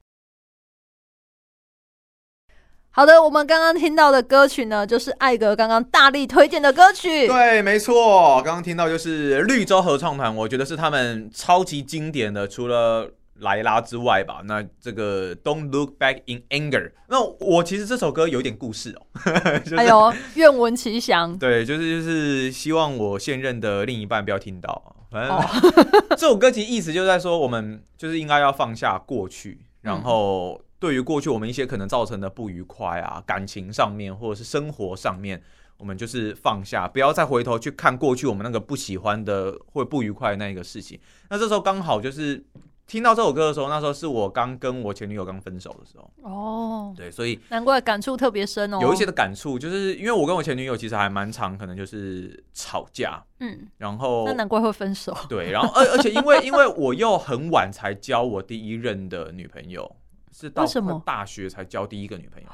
Speaker 4: 好的，我们刚刚听到的歌曲呢，就是艾格刚刚大力推荐的歌曲。
Speaker 5: 对，没错，刚刚听到就是绿洲合唱团，我觉得是他们超级经典的，除了。莱拉之外吧，那这个 Don't Look Back in Anger，那我其实这首歌有一点故事哦， 就是
Speaker 4: 哎呦，愿闻其详。
Speaker 5: 对，就是就是希望我现任的另一半不要听到。啊反正、
Speaker 4: 哦
Speaker 5: 这首歌其实意思就是在说，我们就是应该要放下过去，
Speaker 4: 嗯
Speaker 5: 然后对于过去我们一些可能造成的不愉快啊，感情上面或者是生活上面，我们就是放下，不要再回头去看过去我们那个不喜欢的或不愉快的那一个事情。那这时候刚好就是听到这首歌的时候，那时候是我刚跟我前女友刚分手的时候，
Speaker 4: 哦，
Speaker 5: 对，所以
Speaker 4: 难怪感触特别深哦。
Speaker 5: 有一些的感触，就是因为我跟我前女友其实还蛮常，可能就是吵架，
Speaker 4: 嗯，
Speaker 5: 然后
Speaker 4: 那难怪会分手。
Speaker 5: 对，然后而而且因 为因为我又很晚才交我第一任的女朋友，是到
Speaker 4: 为什么哦
Speaker 5: 大学才交第一个女朋友？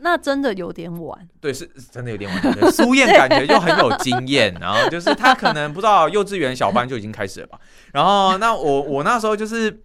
Speaker 4: 那真的有点晚，
Speaker 5: 对，是是真的有点晚。对苏燕感觉就很有经 验，然后就是她可能不知道幼稚园小班就已经开始了吧。然后那我 我那时候就是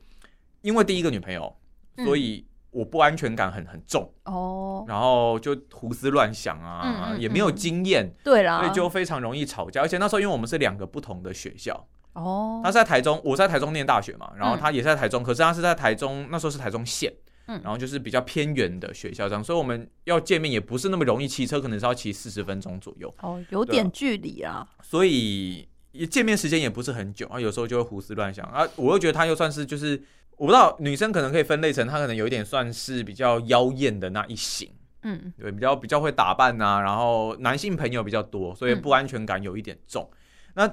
Speaker 5: 因为第一个女朋友，
Speaker 4: 嗯
Speaker 5: 所以我不安全感很很重，
Speaker 4: 哦，
Speaker 5: 然后就胡思乱想啊，
Speaker 4: 嗯嗯
Speaker 5: 也没有
Speaker 4: 嗯
Speaker 5: 经验。
Speaker 4: 对啦，
Speaker 5: 所以就非常容易吵架。而且那时候因为我们是两个不同的学校，
Speaker 4: 哦，
Speaker 5: 他是在台中，我在台中念大学嘛，然后他也是在台中，可是他是在台中，那时候是台中县，
Speaker 4: 嗯
Speaker 5: 然后就是比较偏远的学校这样，所以我们要见面也不是那么容易，骑车可能是要骑四十分钟左右，
Speaker 4: 哦，有点
Speaker 5: 啊
Speaker 4: 距离啦，
Speaker 5: 所以也见面时间也不是很久啊，有时候就会胡思乱想啊，我又觉得他又算是就是。我不知道女生可能可以分类成，她可能有一点算是比较妖艳的那一型，
Speaker 4: 嗯
Speaker 5: 对，比较比较会打扮呐、然后男性朋友比较多，所以
Speaker 4: 嗯
Speaker 5: 不安全感有一点重。那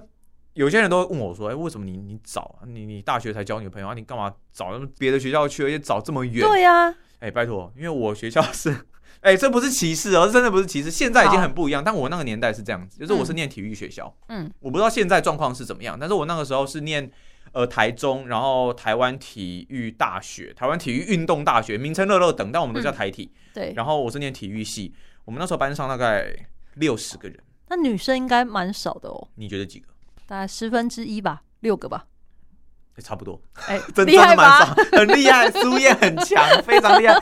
Speaker 5: 有些人都会问我说：“哎、为什么你你早啊你你大学才交女朋友啊？你干嘛找那么别的学校去，而且找这么远？”
Speaker 4: 对啊呀，
Speaker 5: 哎、拜托，因为我学校是，哎、这不是歧视哦，这真的不是歧视，现在已经很不一样。但我那个年代是这样子，就是我是念体育学校，
Speaker 4: 嗯，
Speaker 5: 我不知道现在状况是怎么样，但是我那个时候是念呃台中，然后台湾体育大学，台湾体育运动大学，名称乐乐等，但我们
Speaker 4: 嗯
Speaker 5: 都叫台体。
Speaker 4: 对。
Speaker 5: 然后我是念体育系，我们那时候班上大概六十个人，
Speaker 4: 那女生应该蛮少的哦，
Speaker 5: 你觉得几个？
Speaker 4: 大概十分之一吧，六个吧。
Speaker 5: 欸、差不多，
Speaker 4: 哎，
Speaker 5: 真
Speaker 4: 厉
Speaker 5: 真的
Speaker 4: 害
Speaker 5: 蛮
Speaker 4: 吧
Speaker 5: 少？， 很厉害，苏叶很强，非常厉害，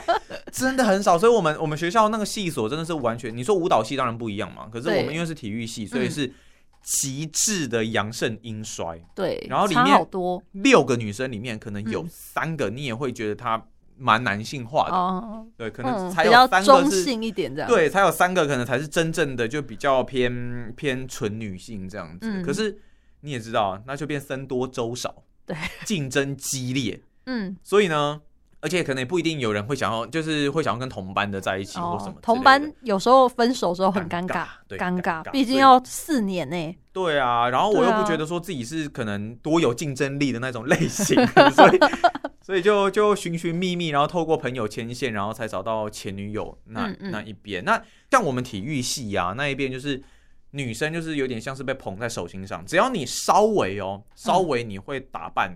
Speaker 5: 真的很少。所以，我们我们学校那个系所真的是完全，你说舞蹈系当然不一样嘛，可是我
Speaker 4: 对
Speaker 5: 们因为是体育系，所以
Speaker 4: 嗯
Speaker 5: 是极致的阳盛阴衰。
Speaker 4: 对，
Speaker 5: 然后里
Speaker 4: 差
Speaker 5: 面
Speaker 4: 好多
Speaker 5: 六个女生里面，可能有
Speaker 4: 嗯
Speaker 5: 三个你也会觉得她蛮男性化的，
Speaker 4: 哦，
Speaker 5: 对，啊可能
Speaker 4: 嗯，
Speaker 5: 才
Speaker 4: 比
Speaker 5: 有
Speaker 4: 较
Speaker 5: 三
Speaker 4: 中
Speaker 5: 个是
Speaker 4: 性一点这样。，
Speaker 5: 对，才有三个可能才是真正的就比较偏偏纯女性这样子。
Speaker 4: 嗯
Speaker 5: 可是你也知道啊，那就变僧多粥少，
Speaker 4: 对，
Speaker 5: 竞争激烈，
Speaker 4: 嗯，
Speaker 5: 所以呢，而且可能也不一定有人会想要，就是会想要跟同班的在一起或什么之类
Speaker 4: 哦
Speaker 5: 的、，
Speaker 4: 同班有时候分手的时候很
Speaker 5: 尴
Speaker 4: 尴尬，
Speaker 5: 对，
Speaker 4: 尴尬，
Speaker 5: 尬
Speaker 4: 毕
Speaker 5: 所
Speaker 4: 竟
Speaker 5: 以
Speaker 4: 要四年呢。
Speaker 5: 对啊，然后我
Speaker 4: 对
Speaker 5: 又
Speaker 4: 啊
Speaker 5: 不觉得说自己是可能多有竞争力的那种类型， 所以所以就就寻寻觅觅，然后透过朋友牵线，然后才找到前女友那
Speaker 4: 嗯嗯
Speaker 5: 那一边。那像我们体育系啊那一边就是。女生就是有点像是被捧在手心上，只要你稍微哦，稍
Speaker 4: 嗯
Speaker 5: 微你会打扮，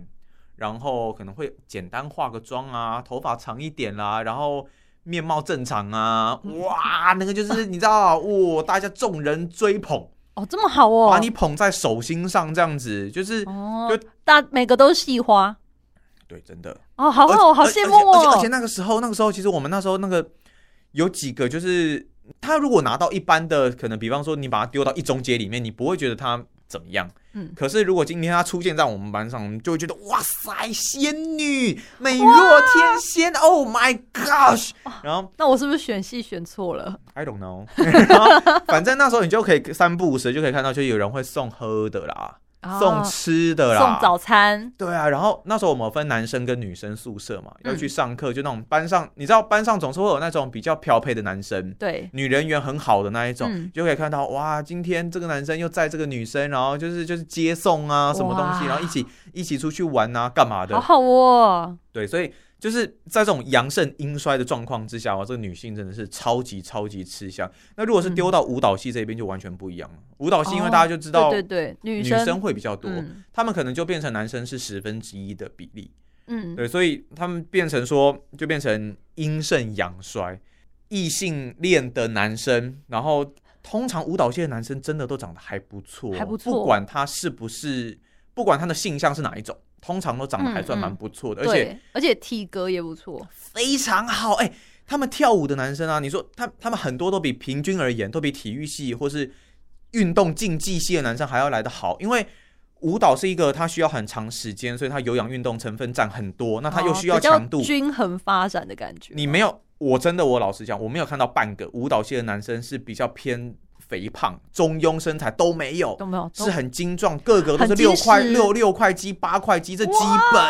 Speaker 5: 然后可能会简单化个妆啊，头发长一点啦，然后面貌正常啊，
Speaker 4: 嗯
Speaker 5: 哇，那个就是你知道，啊哇、大家众人追捧，
Speaker 4: 哦，这么好
Speaker 5: 把
Speaker 4: 哦，
Speaker 5: 你捧在手心上，这样子就是
Speaker 4: 哦
Speaker 5: 就，
Speaker 4: 大每个都是细花
Speaker 5: 对，真的。
Speaker 4: 哦，好
Speaker 5: 而
Speaker 4: 好好羡慕
Speaker 5: 而且而且而且
Speaker 4: 哦，
Speaker 5: 那个时候，那个时候其实我们那时候那个有几个，就是他如果拿到一般的，可能比方说你把他丢到一中街里面，你不会觉得他怎么样。
Speaker 4: 嗯
Speaker 5: 可是如果今天他出现在我们班上，我们就会觉得哇塞，仙女美若天仙，Oh my gosh！然后
Speaker 4: 那我是不是选戏选错了？
Speaker 5: I don't know，然后反正那时候你就可以三不五时就可以看到，就有人会送喝的啦，
Speaker 4: 啊
Speaker 5: 送吃的啦，
Speaker 4: 送早餐，
Speaker 5: 对啊，然后那时候我们有分男生跟女生宿舍嘛，要去
Speaker 4: 嗯
Speaker 5: 上课，就那种班上，你知道班上总是会有那种比较漂配的男生，
Speaker 4: 对，
Speaker 5: 女人缘很好的那一种，
Speaker 4: 嗯
Speaker 5: 就可以看到哇，今天这个男生又载这个女生，然后就是就是接送啊，什么东西，
Speaker 4: 哇
Speaker 5: 然后一起一起出去玩啊，干嘛的
Speaker 4: 好？好哦，
Speaker 5: 对，所以就是在这种阳盛阴衰的状况之下，哇，这个女性真的是超级超级吃香。那如果是丢到舞蹈系这边就完全不一样了，舞蹈系因为
Speaker 4: 嗯哦
Speaker 5: 大家就知道
Speaker 4: 对对对，女
Speaker 5: 女
Speaker 4: 生
Speaker 5: 生会比较多，
Speaker 4: 嗯
Speaker 5: 他们可能就变成男生是十分之一的比例。
Speaker 4: 嗯，
Speaker 5: 对，所以他们变成说，就变成阴盛阳衰，异性恋的男生，然后通常舞蹈界的男生真的都长得还不错，
Speaker 4: 还不
Speaker 5: 不
Speaker 4: 错
Speaker 5: 管他是不是，不管他的性向是哪一种，通常都长得还算
Speaker 4: 嗯嗯
Speaker 5: 蛮不错的，而且
Speaker 4: 对，而且体格也不错，
Speaker 5: 非常好，哎、他们跳舞的男生啊，你说他他们很多都比平均而言，都比体育系或是运动竞技系的男生还要来得好，因为舞蹈是一个它需要很长时间，所以它有氧运动成分占很多，那它又
Speaker 4: 哦
Speaker 5: 需要
Speaker 4: 比较
Speaker 5: 强度，
Speaker 4: 均衡发展的感觉。
Speaker 5: 你没有，我真的我老实讲，我没有看到半个舞蹈系的男生是比较偏肥胖、中庸身材都没有，
Speaker 4: 都没有，
Speaker 5: 是很精壮，个个都是
Speaker 4: 很
Speaker 5: 六
Speaker 4: 结
Speaker 5: 块
Speaker 4: 实
Speaker 5: 六六块肌、八块肌，这基本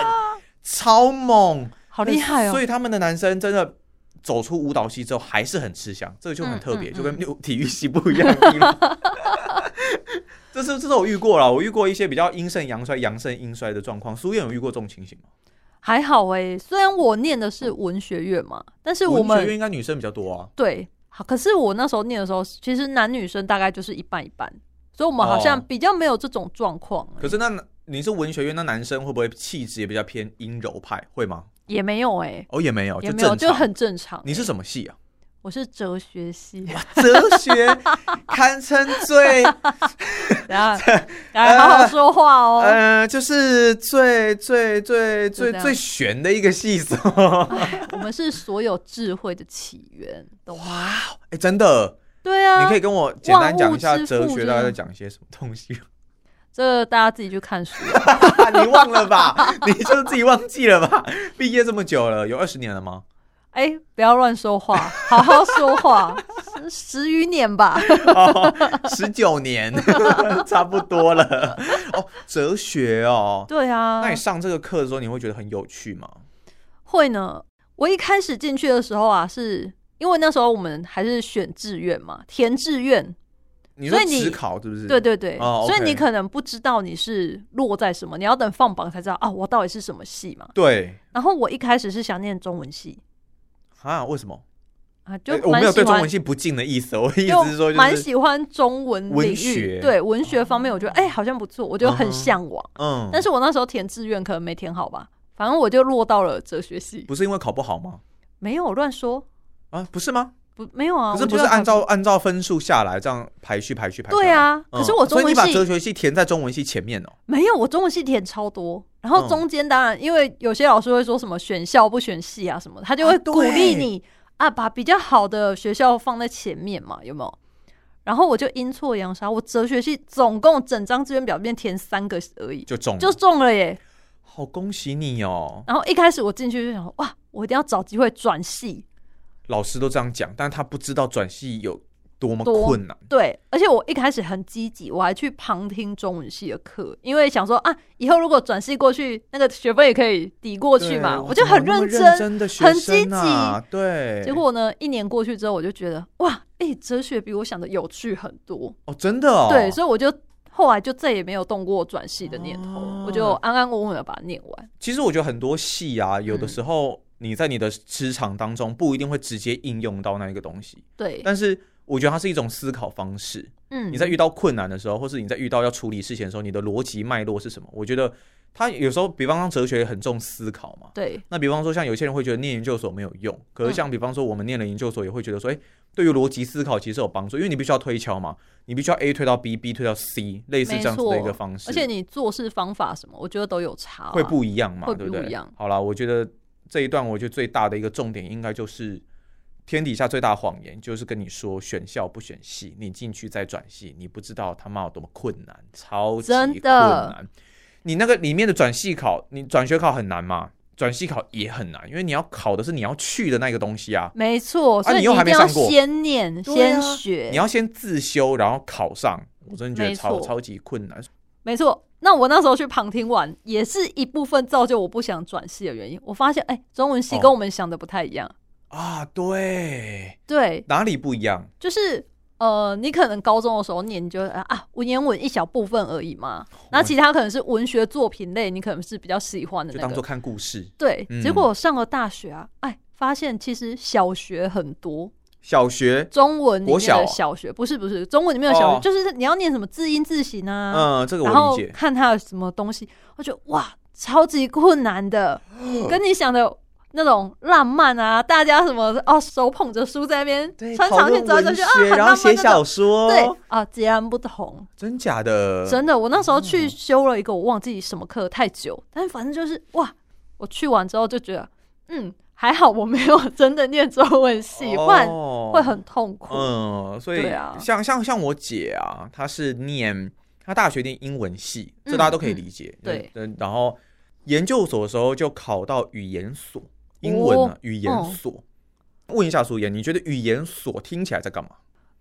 Speaker 5: 超猛。
Speaker 4: 好厉害哦！
Speaker 5: 所以他们的男生真的走出舞蹈系之后还是很吃香，这个就很特别，
Speaker 4: 嗯嗯
Speaker 5: 就跟六体育系不一样的地方。 这是这是我遇过了，我遇过一些比较阴盛阳衰、阳盛阴衰的状况。苏燕有遇过这种情形吗？
Speaker 4: 还好哎、虽然我念的是文学院嘛，但是我
Speaker 5: 哦文学院
Speaker 4: 们
Speaker 5: 应该女生比较多啊。
Speaker 4: 对，好，可是我那时候念的时候，其实男女生大概就是一半一半，所以我们好像
Speaker 5: 哦
Speaker 4: 比较没有这种状况欸、
Speaker 5: 可是那男你是文学院，那男生会不会气质也比较偏阴柔派？会吗？
Speaker 4: 也没有哎、
Speaker 5: 哦，也没有，
Speaker 4: 也
Speaker 5: 就
Speaker 4: 没有，
Speaker 5: 正
Speaker 4: 就
Speaker 5: 常。
Speaker 4: 很正常。
Speaker 5: 你是什么系啊？
Speaker 4: 我是哲学系，
Speaker 5: 哲学堪称 最
Speaker 4: 哦然后来好
Speaker 5: 哎
Speaker 4: 好说话哦。
Speaker 5: 呃，就是最最最
Speaker 4: 就这
Speaker 5: 最
Speaker 4: 样
Speaker 5: 最玄的一个系 所。
Speaker 4: 我们是所有智慧的起源，懂吗？
Speaker 5: 哎，真的，
Speaker 4: 对啊，
Speaker 5: 你可以跟我简单讲一下
Speaker 4: 万物之
Speaker 5: 哲
Speaker 4: 父
Speaker 5: 学
Speaker 4: 这
Speaker 5: 大概在
Speaker 4: 样
Speaker 5: 讲些什么东 西？啊
Speaker 4: 这个大家自己去看书。啊
Speaker 5: 你忘了吧？你就自己忘记了吧？毕业这么久了，有二十年了吗？
Speaker 4: 哎、不要乱说话，好好说话， 十十余年吧。
Speaker 5: 十九年，差不多了。哦，哲学哦，
Speaker 4: 对啊，
Speaker 5: 那你上这个课的时候，你会觉得很有趣吗？
Speaker 4: 会呢。我一开始进去的时候啊，是因为那时候我们还是选志愿嘛，填志愿。
Speaker 5: 你说
Speaker 4: 所以你
Speaker 5: 职考是不是？
Speaker 4: 对对对，
Speaker 5: 哦
Speaker 4: 所以
Speaker 5: OK
Speaker 4: 你可能不知道你是落在什么，你要等放榜才知道啊，我到底是什么系嘛。
Speaker 5: 对
Speaker 4: 然后我一开始是想念中文系
Speaker 5: 啊？为什么？
Speaker 4: 啊，就
Speaker 5: 诶我
Speaker 4: 蛮
Speaker 5: 没有
Speaker 4: 喜
Speaker 5: 对中
Speaker 4: 欢
Speaker 5: 文，系不敬的意思， 我的意思是说
Speaker 4: 就
Speaker 5: 就
Speaker 4: 蛮
Speaker 5: 是
Speaker 4: 喜欢中文
Speaker 5: 文
Speaker 4: 领
Speaker 5: 学哦
Speaker 4: 域，对文学方面，我觉得哎、好像不错，我就
Speaker 5: 嗯
Speaker 4: 很
Speaker 5: 哼
Speaker 4: 向往。
Speaker 5: 嗯，
Speaker 4: 但是我那时候填志愿可能没填好吧，反正我就落到了哲学系，
Speaker 5: 不是因为考不好吗？
Speaker 4: 没有乱说，
Speaker 5: 啊，不是吗？
Speaker 4: 不没有啊，
Speaker 5: 可是
Speaker 4: 我
Speaker 5: 不
Speaker 4: 觉
Speaker 5: 是
Speaker 4: 得
Speaker 5: 按
Speaker 4: 还
Speaker 5: 照按照分数下来这样排序排序排序？
Speaker 4: 对啊，
Speaker 5: 嗯，
Speaker 4: 可是我中
Speaker 5: 所以
Speaker 4: 文
Speaker 5: 你把哲
Speaker 4: 系
Speaker 5: 学系填在中文系前面哦。
Speaker 4: 没有，我中文系填超多。然
Speaker 5: 嗯
Speaker 4: 后中间当然，因为有些老师会说什么选校不选系啊什么的，他就会
Speaker 5: 啊对
Speaker 4: 鼓励你啊，把比较好的学校放在前面嘛，有没有？然后我就阴错阳差，我哲学系总共整张志愿表里面填三个而已，
Speaker 5: 就中了，
Speaker 4: 就中了耶。
Speaker 5: 好恭喜你哦！
Speaker 4: 然后一开始我进去就想说，哇，我一定要找机会转系，
Speaker 5: 老师都这样讲，但他不知道转系有多么
Speaker 4: 多
Speaker 5: 困难。
Speaker 4: 对，而且我一开始很积极，我还去旁听中文系的课，因为想说啊，以后如果转系过去，那个学分也可以抵过去嘛，
Speaker 5: 对
Speaker 4: 我就
Speaker 5: 哇
Speaker 4: 很
Speaker 5: 怎么那么
Speaker 4: 认
Speaker 5: 认的学
Speaker 4: 很积
Speaker 5: 生啊。对，
Speaker 4: 结果呢，一年过去之后，我就觉得哇，哎、哲学比我想的有趣很多。
Speaker 5: 哦，真的哦，
Speaker 4: 对，所以我就后来就再也没有动过转系的念头，我就
Speaker 5: 哦
Speaker 4: 安安稳稳的把它念完。
Speaker 5: 其实我觉得很多戏啊，
Speaker 4: 嗯
Speaker 5: 有的时候你在你的职场当中不一定会直接应用到那一个东西，
Speaker 4: 对，
Speaker 5: 但是我觉得它是一种思考方式。
Speaker 4: 嗯，
Speaker 5: 你在遇到困难的时候，或是你在遇到要处理事情的时候，你的逻辑脉络是什么？我觉得它有时候，比方说哲学很重思考嘛。
Speaker 4: 对
Speaker 5: 那比方说，像有些人会觉得念研究所没有用，可
Speaker 4: 嗯
Speaker 5: 是像比方说我们念了研究所，也会觉得说，哎、对于逻辑思考其实有帮助，因为你必须要推敲嘛，你必须要 A 推到 B，B 推到 C，类似这样子的一个方式，
Speaker 4: 而且你做事方法什么，我觉得都有差啊、
Speaker 5: 会不一样嘛，
Speaker 4: 会
Speaker 5: 对
Speaker 4: 不
Speaker 5: 对？
Speaker 4: 一样
Speaker 5: 好啦，我觉得这一段我觉得最大的一个重点应该就是。天底下最大的谎言就是跟你说选校不选系，你进去再转系，你不知道他妈有多么困难，超级
Speaker 4: 真
Speaker 5: 困
Speaker 4: 的
Speaker 5: 难。你那个里面的转系考，你转学考很难吗？转系考也很难，因为你要考的是你要去的那个东西啊，
Speaker 4: 没错，所以
Speaker 5: 你
Speaker 4: 你
Speaker 5: 又
Speaker 4: 一
Speaker 5: 还没
Speaker 4: 定要
Speaker 5: 上过
Speaker 4: 先念、
Speaker 5: 对啊
Speaker 4: 先学，
Speaker 5: 你要先自修，然后考上。我真的觉得
Speaker 4: 没
Speaker 5: 超
Speaker 4: 错
Speaker 5: 超级困难。
Speaker 4: 没错。那我那时候去旁听完，也是一部分造就我不想转系的原因。我发现，哎、中文系
Speaker 5: 哦
Speaker 4: 跟我们想的不太一样。
Speaker 5: 啊，对，
Speaker 4: 对，
Speaker 5: 哪里不一样？
Speaker 4: 就是呃，你可能高中的时候念，你就啊啊文言文一小部分而已嘛。
Speaker 5: 哦
Speaker 4: 那其他可能是文学作品类，你可能是比较喜欢的
Speaker 5: 就
Speaker 4: 那
Speaker 5: 当做
Speaker 4: 个。
Speaker 5: 看故事。
Speaker 4: 对，
Speaker 5: 嗯
Speaker 4: 结果我上了大学啊，哎，发现其实小学很多，
Speaker 5: 小学，
Speaker 4: 中文里面
Speaker 5: 国小啊
Speaker 4: 的小学不是不是中文里面的小学，
Speaker 5: 哦
Speaker 4: 就是你要念什么字音字形啊，
Speaker 5: 嗯，这个
Speaker 4: 然
Speaker 5: 我
Speaker 4: 后
Speaker 5: 理解。
Speaker 4: 看他有什么东西，我觉得哇，超级困 难的，跟你想的那种浪漫啊，大家什么哦，手捧着书在那边穿长裙走来走去啊，很
Speaker 5: 然
Speaker 4: 浪
Speaker 5: 后
Speaker 4: 漫
Speaker 5: 写
Speaker 4: 那
Speaker 5: 小
Speaker 4: 种。
Speaker 5: 说，
Speaker 4: 对，啊，截然不同，
Speaker 5: 真假的？
Speaker 4: 真的。我那时候去修了一个我忘记什么课，太久，但反正就是哇，我去完之后就觉得，嗯，还好我没有真的念中文系，不然
Speaker 5: 哦
Speaker 4: 会很痛苦。
Speaker 5: 嗯，所以
Speaker 4: 对啊
Speaker 5: 像像像我姐啊，她是念她大学念英文系，这大家都可以理解。
Speaker 4: 嗯嗯
Speaker 5: 嗯，然后研究所的时候就考到语言所，英文啊，
Speaker 4: 哦
Speaker 5: 语言所。问一下苏妍，你觉得语言所听起来在干嘛？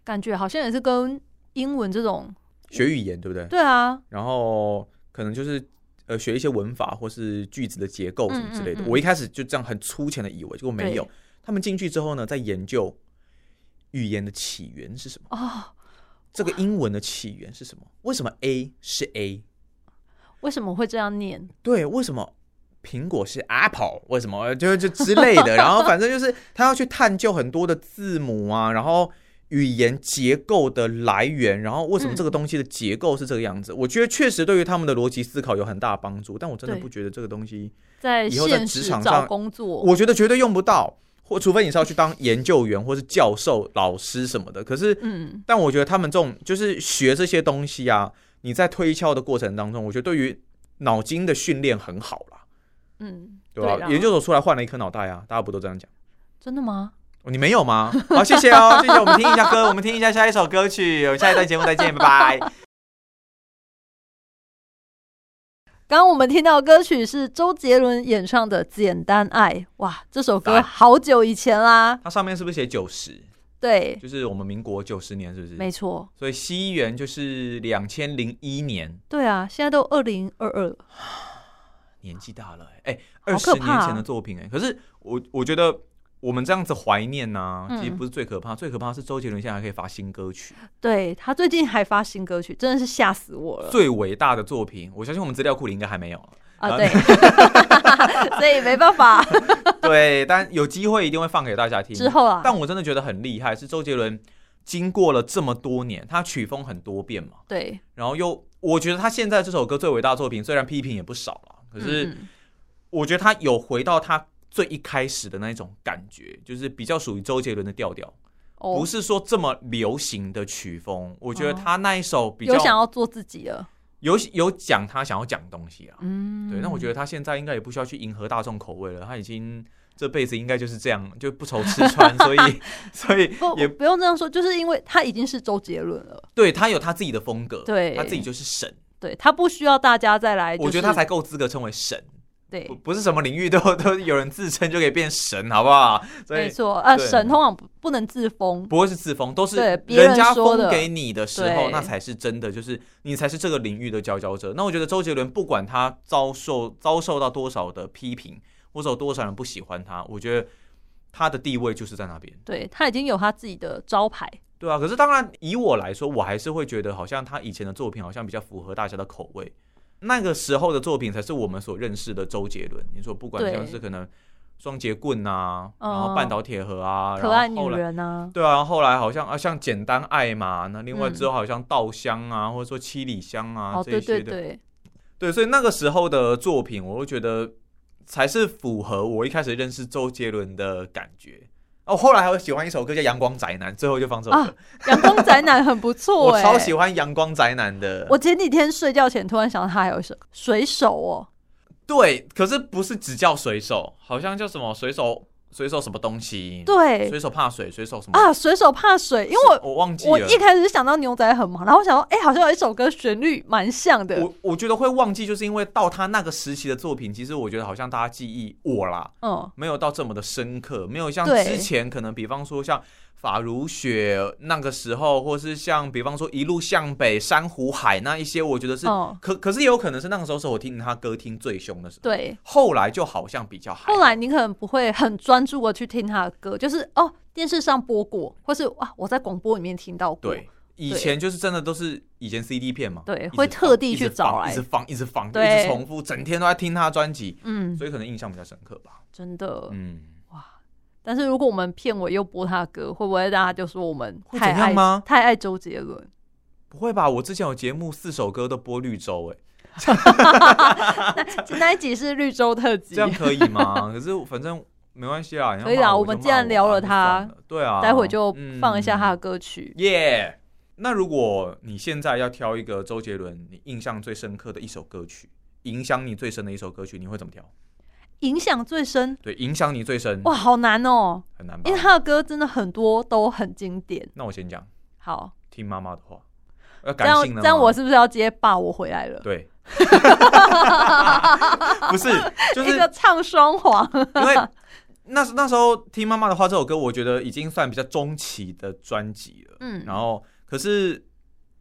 Speaker 4: 感觉好像也是跟英文这种，
Speaker 5: 学语言对不对？
Speaker 4: 对啊，
Speaker 5: 然后可能就是呃学一些文法或是句子的结构什么之类的。
Speaker 4: 嗯嗯嗯
Speaker 5: 我一开始就这样很粗浅的以为，结果没有
Speaker 4: 对。
Speaker 5: 他们进去之后呢，在研究语言的起源是什么，
Speaker 4: 哦，
Speaker 5: 这个英文的起源是什么，为什么 A 是 A，
Speaker 4: 为什么会这样念？
Speaker 5: 对，为什么？苹果是 apple，为什么呃就就之类的，然后反正就是他要去探究很多的字母啊，然后语言结构的来源，然后为什么
Speaker 4: 嗯
Speaker 5: 这个东西的结构是这个样子？我觉得确实对于他们的逻辑思考有很大的帮助，但我真的
Speaker 4: 对
Speaker 5: 不觉得这个东西，
Speaker 4: 在
Speaker 5: 以后在
Speaker 4: 现
Speaker 5: 职
Speaker 4: 实
Speaker 5: 场
Speaker 4: 找
Speaker 5: 上
Speaker 4: 工作，
Speaker 5: 我觉得绝对用不到，或除非你是要去当研究员或是教授、老师什么的。可是，
Speaker 4: 嗯，
Speaker 5: 但我觉得他们这种就是学这些东西啊，你在推敲的过程当中，我觉得对于脑筋的训练很好啦。
Speaker 4: 嗯，
Speaker 5: 对吧、
Speaker 4: 啦
Speaker 5: 研究所出来换了一颗脑袋啊，大家不都这样讲？
Speaker 4: 真的吗？
Speaker 5: 哦你没有吗？好，谢谢 哦，谢谢。我们听一下歌，我们听一下下一首歌曲，我们下一段节目再见，拜拜。
Speaker 4: 刚刚我们听到的歌曲是周杰伦演唱的《简单爱》，哇，这首歌
Speaker 5: 来
Speaker 4: 好久以前啦，
Speaker 5: 它上面是不是写九十？
Speaker 4: 对，
Speaker 5: 就是我们民国九十年，是不是？
Speaker 4: 没错，
Speaker 5: 所以西元就是两千零一年，
Speaker 4: 对啊，现在都二零二二了，
Speaker 5: 年纪大了、欸，哎、二
Speaker 4: 好
Speaker 5: 十
Speaker 4: 可怕啊
Speaker 5: 年前的作品、哎，可是我我觉得我们这样子怀念呐、
Speaker 4: 嗯
Speaker 5: 其实不是最可怕，最可怕是周杰伦现在还可以发新歌曲，
Speaker 4: 对他最近还发新歌曲，真的是吓死我了
Speaker 5: 最伟大的作品，我相信我们资料库里应该还没 有。
Speaker 4: 啊！ 对，所以没办法，
Speaker 5: 嗯对，但有机会一定会放给大家听。
Speaker 4: 之后啊，
Speaker 5: 但我真的觉得很厉害，是周杰伦经过了这么多年，他曲风很多变嘛，
Speaker 4: 对，
Speaker 5: 然后又我觉得他现在这首歌最伟大的作品，虽然批评也不少了，可是
Speaker 4: 嗯嗯
Speaker 5: 我觉得他有回到他最一开始的那种感觉，就是比较属于周杰伦的调调，
Speaker 4: 哦
Speaker 5: 不是说这么流行的曲风。我觉得
Speaker 4: 哦
Speaker 5: 他那一首比较
Speaker 4: 有想要做自己了，
Speaker 5: 有有讲他想要讲的东西啊，
Speaker 4: 嗯，
Speaker 5: 对，那我觉得他现在应该也不需要去迎合大众口味了，他已经这辈子应该就是这样，就不愁吃 穿，所以所以
Speaker 4: 不
Speaker 5: 也
Speaker 4: 不用这样说，就是因为他已经是周杰伦了。
Speaker 5: 对他有他自己的风格，
Speaker 4: 对
Speaker 5: 他自己就是神，
Speaker 4: 对他不需要大家再来、就是，哎
Speaker 5: 我觉得他才够资格称为神，
Speaker 4: 对
Speaker 5: 不，不是什么领域都都有人自称就可以变神，好不好？所
Speaker 4: 没
Speaker 5: 以
Speaker 4: 错，呃，
Speaker 5: 对
Speaker 4: 神通常不不能自封，
Speaker 5: 不会是自封，都是
Speaker 4: 对别人
Speaker 5: 家
Speaker 4: 说
Speaker 5: 封
Speaker 4: 的
Speaker 5: 给你的时候，
Speaker 4: 对
Speaker 5: 那才是真的，就是你才是这个领域的佼佼者。那我觉得周杰伦不管他遭受遭受到多少的批评，或者有多少人不喜欢他，我觉得他的地位就是在那边。
Speaker 4: 对他已经有他自己的招牌，
Speaker 5: 对啊，可是当然以我来说，我还是会觉得好像他以前的作品好像比较符合大家的口味。那个时候的作品才是我们所认识的周杰伦。你说不管
Speaker 4: 对
Speaker 5: 像是可能双节棍啊，然后
Speaker 4: 哦
Speaker 5: 半岛铁盒啊，
Speaker 4: 可
Speaker 5: 然后
Speaker 4: 爱女
Speaker 5: 后来
Speaker 4: 人啊，
Speaker 5: 对啊，然后后来好像啊，像简单爱嘛，那另外
Speaker 4: 嗯
Speaker 5: 之后好像稻香啊，或者说七里香啊、
Speaker 4: 哦，
Speaker 5: 这一
Speaker 4: 对
Speaker 5: 些
Speaker 4: 对
Speaker 5: 的，
Speaker 4: 对，
Speaker 5: 对，所以那个时候的作品，我会觉得才是符合我一开始认识周杰伦的感觉。哦，后来还会喜欢一首歌叫《阳光宅男》，最后就放这首歌，
Speaker 4: 啊阳光宅男很不错
Speaker 5: 我
Speaker 4: 哎，
Speaker 5: 超喜欢《阳光宅男》的。
Speaker 4: 我前几天睡觉前突然想到他还有一首《水手》哦，
Speaker 5: 嗯对，可是不是只叫水手，好像叫什么水手水手什么东西？，
Speaker 4: 对
Speaker 5: 水手怕水，水手什么
Speaker 4: 啊，水手怕水，因为我
Speaker 5: 我忘记
Speaker 4: 我
Speaker 5: 了
Speaker 4: 一。开始想到牛仔很忙，然后我想说，哎、好像有一首歌旋律蛮像的，
Speaker 5: 我我觉得会忘记，就是因为到他那个时期的作品，其实我觉得好像大家记忆我啦，
Speaker 4: 嗯，
Speaker 5: 没有到这么的深刻，没有像
Speaker 4: 对
Speaker 5: 之前可能，比方说像法如雪那个时候，或是像比方说一路向北、珊瑚海那一些，我觉得是、
Speaker 4: 哦
Speaker 5: 可可是也有可能是那个时候是我听他歌听最凶的时候。，
Speaker 4: 对。
Speaker 5: 后来就好像比较还好
Speaker 4: 后来你可能不会很专注的去听他的歌，就是哦，电视上播过，或是哇，我在广播里面听到过，
Speaker 5: 对。以前就是真的都是以前 CD 片嘛，
Speaker 4: 对
Speaker 5: 一直
Speaker 4: 会
Speaker 5: 放
Speaker 4: 特地
Speaker 5: 一直
Speaker 4: 去找
Speaker 5: 放一
Speaker 4: 来
Speaker 5: 直放，一直放，一
Speaker 4: 对
Speaker 5: 直重复，整天都在听他专辑，
Speaker 4: 嗯，
Speaker 5: 所以可能印象比较深刻吧。
Speaker 4: 真的。
Speaker 5: 嗯，
Speaker 4: 但是如果我们骗我又播他的歌，会不会大家就说我们
Speaker 5: 会
Speaker 4: 太
Speaker 5: 怎样
Speaker 4: 爱
Speaker 5: 吗
Speaker 4: 太爱周 杰伦，
Speaker 5: 不会吧？我之前有节目四首歌都播绿洲、 欸，
Speaker 4: 那一集是绿洲特辑
Speaker 5: 这，样可以 吗？可是反正没关系啊啦，你要
Speaker 4: 可以啦
Speaker 5: 骂我
Speaker 4: 我们既然聊了
Speaker 5: 就
Speaker 4: 他，
Speaker 5: 骂我啊就算了对啊，
Speaker 4: 待会就放一下
Speaker 5: 嗯
Speaker 4: 他的歌曲。
Speaker 5: 耶。那如果你现在要挑一个周杰伦你印象最深刻的一首歌曲，影响你最深的一首歌曲，你会怎么挑？
Speaker 4: 影响最深，
Speaker 5: 对，影响你最深，
Speaker 4: 哇，，好难哦，
Speaker 5: 很难吧
Speaker 4: 因为？他的歌真的很多都很经典。
Speaker 5: 那我先讲，
Speaker 4: 好，
Speaker 5: 听妈妈的话，要
Speaker 4: 这
Speaker 5: 感
Speaker 4: 样
Speaker 5: 性的吗
Speaker 4: 这样我是不是要接爸我回来了？
Speaker 5: 对，不是，就是
Speaker 4: 一个唱双簧，
Speaker 5: 因为那时那时候听妈妈的话这首歌，我觉得已经算比较中期的专辑了。
Speaker 4: 嗯
Speaker 5: 然后可是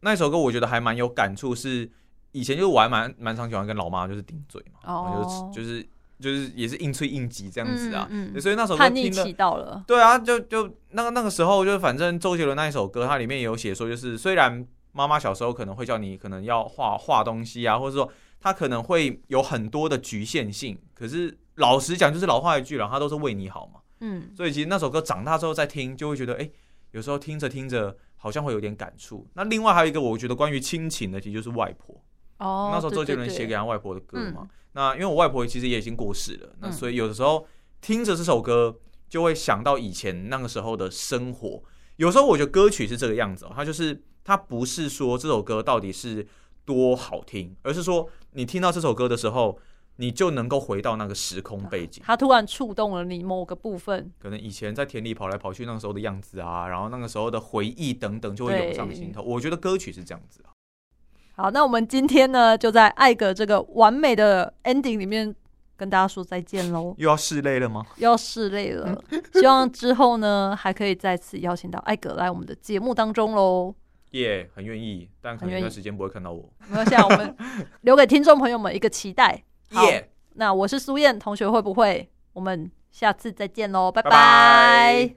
Speaker 5: 那首歌我觉得还蛮有感触，是以前就是我还蛮蛮常喜欢跟老妈就是顶嘴嘛，
Speaker 4: 哦
Speaker 5: 然后就是就是就是也是应吹应急这样子啊，
Speaker 4: 嗯嗯
Speaker 5: 所以那首歌
Speaker 4: 叛逆
Speaker 5: 听了
Speaker 4: 期。到了，
Speaker 5: 对啊，就就那个那个时候，就是反正周杰伦那一首歌，它里面也有写说，就是虽然妈妈小时候可能会叫你可能要画画东西啊，或者说她可能会有很多的局限性，可是老实讲，就是老话一句了，她都是为你好嘛。
Speaker 4: 嗯，
Speaker 5: 所以其实那首歌长大之后再听，就会觉得哎、诶有时候听着听着好像会有点感触。那另外还有一个，我觉得关于亲情的，其实就是外婆。
Speaker 4: 哦，
Speaker 5: 那时候周杰伦
Speaker 4: 对
Speaker 5: 写给，
Speaker 4: 对
Speaker 5: 他外婆的歌嘛。
Speaker 4: 嗯
Speaker 5: 那因为我外婆其实也已经过世了，那
Speaker 4: 嗯
Speaker 5: 所以有的时候听着这首歌，就会想到以前那个时候的生活。有时候我觉得歌曲是这个样子、哦，它就是它不是说这首歌到底是多好听，而是说你听到这首歌的时候，你就能够回到那个时空背景
Speaker 4: 对。他突然触动了你某个部分，
Speaker 5: 可能以前在田里跑来跑去那个时候的样子啊，然后那个时候的回忆等等，就会涌上心头。我觉得歌曲是这样子啊，
Speaker 4: 好，那我们今天呢，就在艾格这个完美的 ending 里面跟大家说再见喽，
Speaker 5: 又要拭泪了吗？
Speaker 4: 要拭泪了， 希望之后呢还可以再次邀请到艾格来我们的节目当中喽。
Speaker 5: 耶、很愿意，但可能
Speaker 4: 很愿
Speaker 5: 一
Speaker 4: 意
Speaker 5: 段时间不会看到我。
Speaker 4: 没关系啊，我们留给听众朋友们一个期待。好
Speaker 5: 耶、
Speaker 4: 那我是苏燕同学，会不会？我们下次再见喽，拜
Speaker 5: 拜拜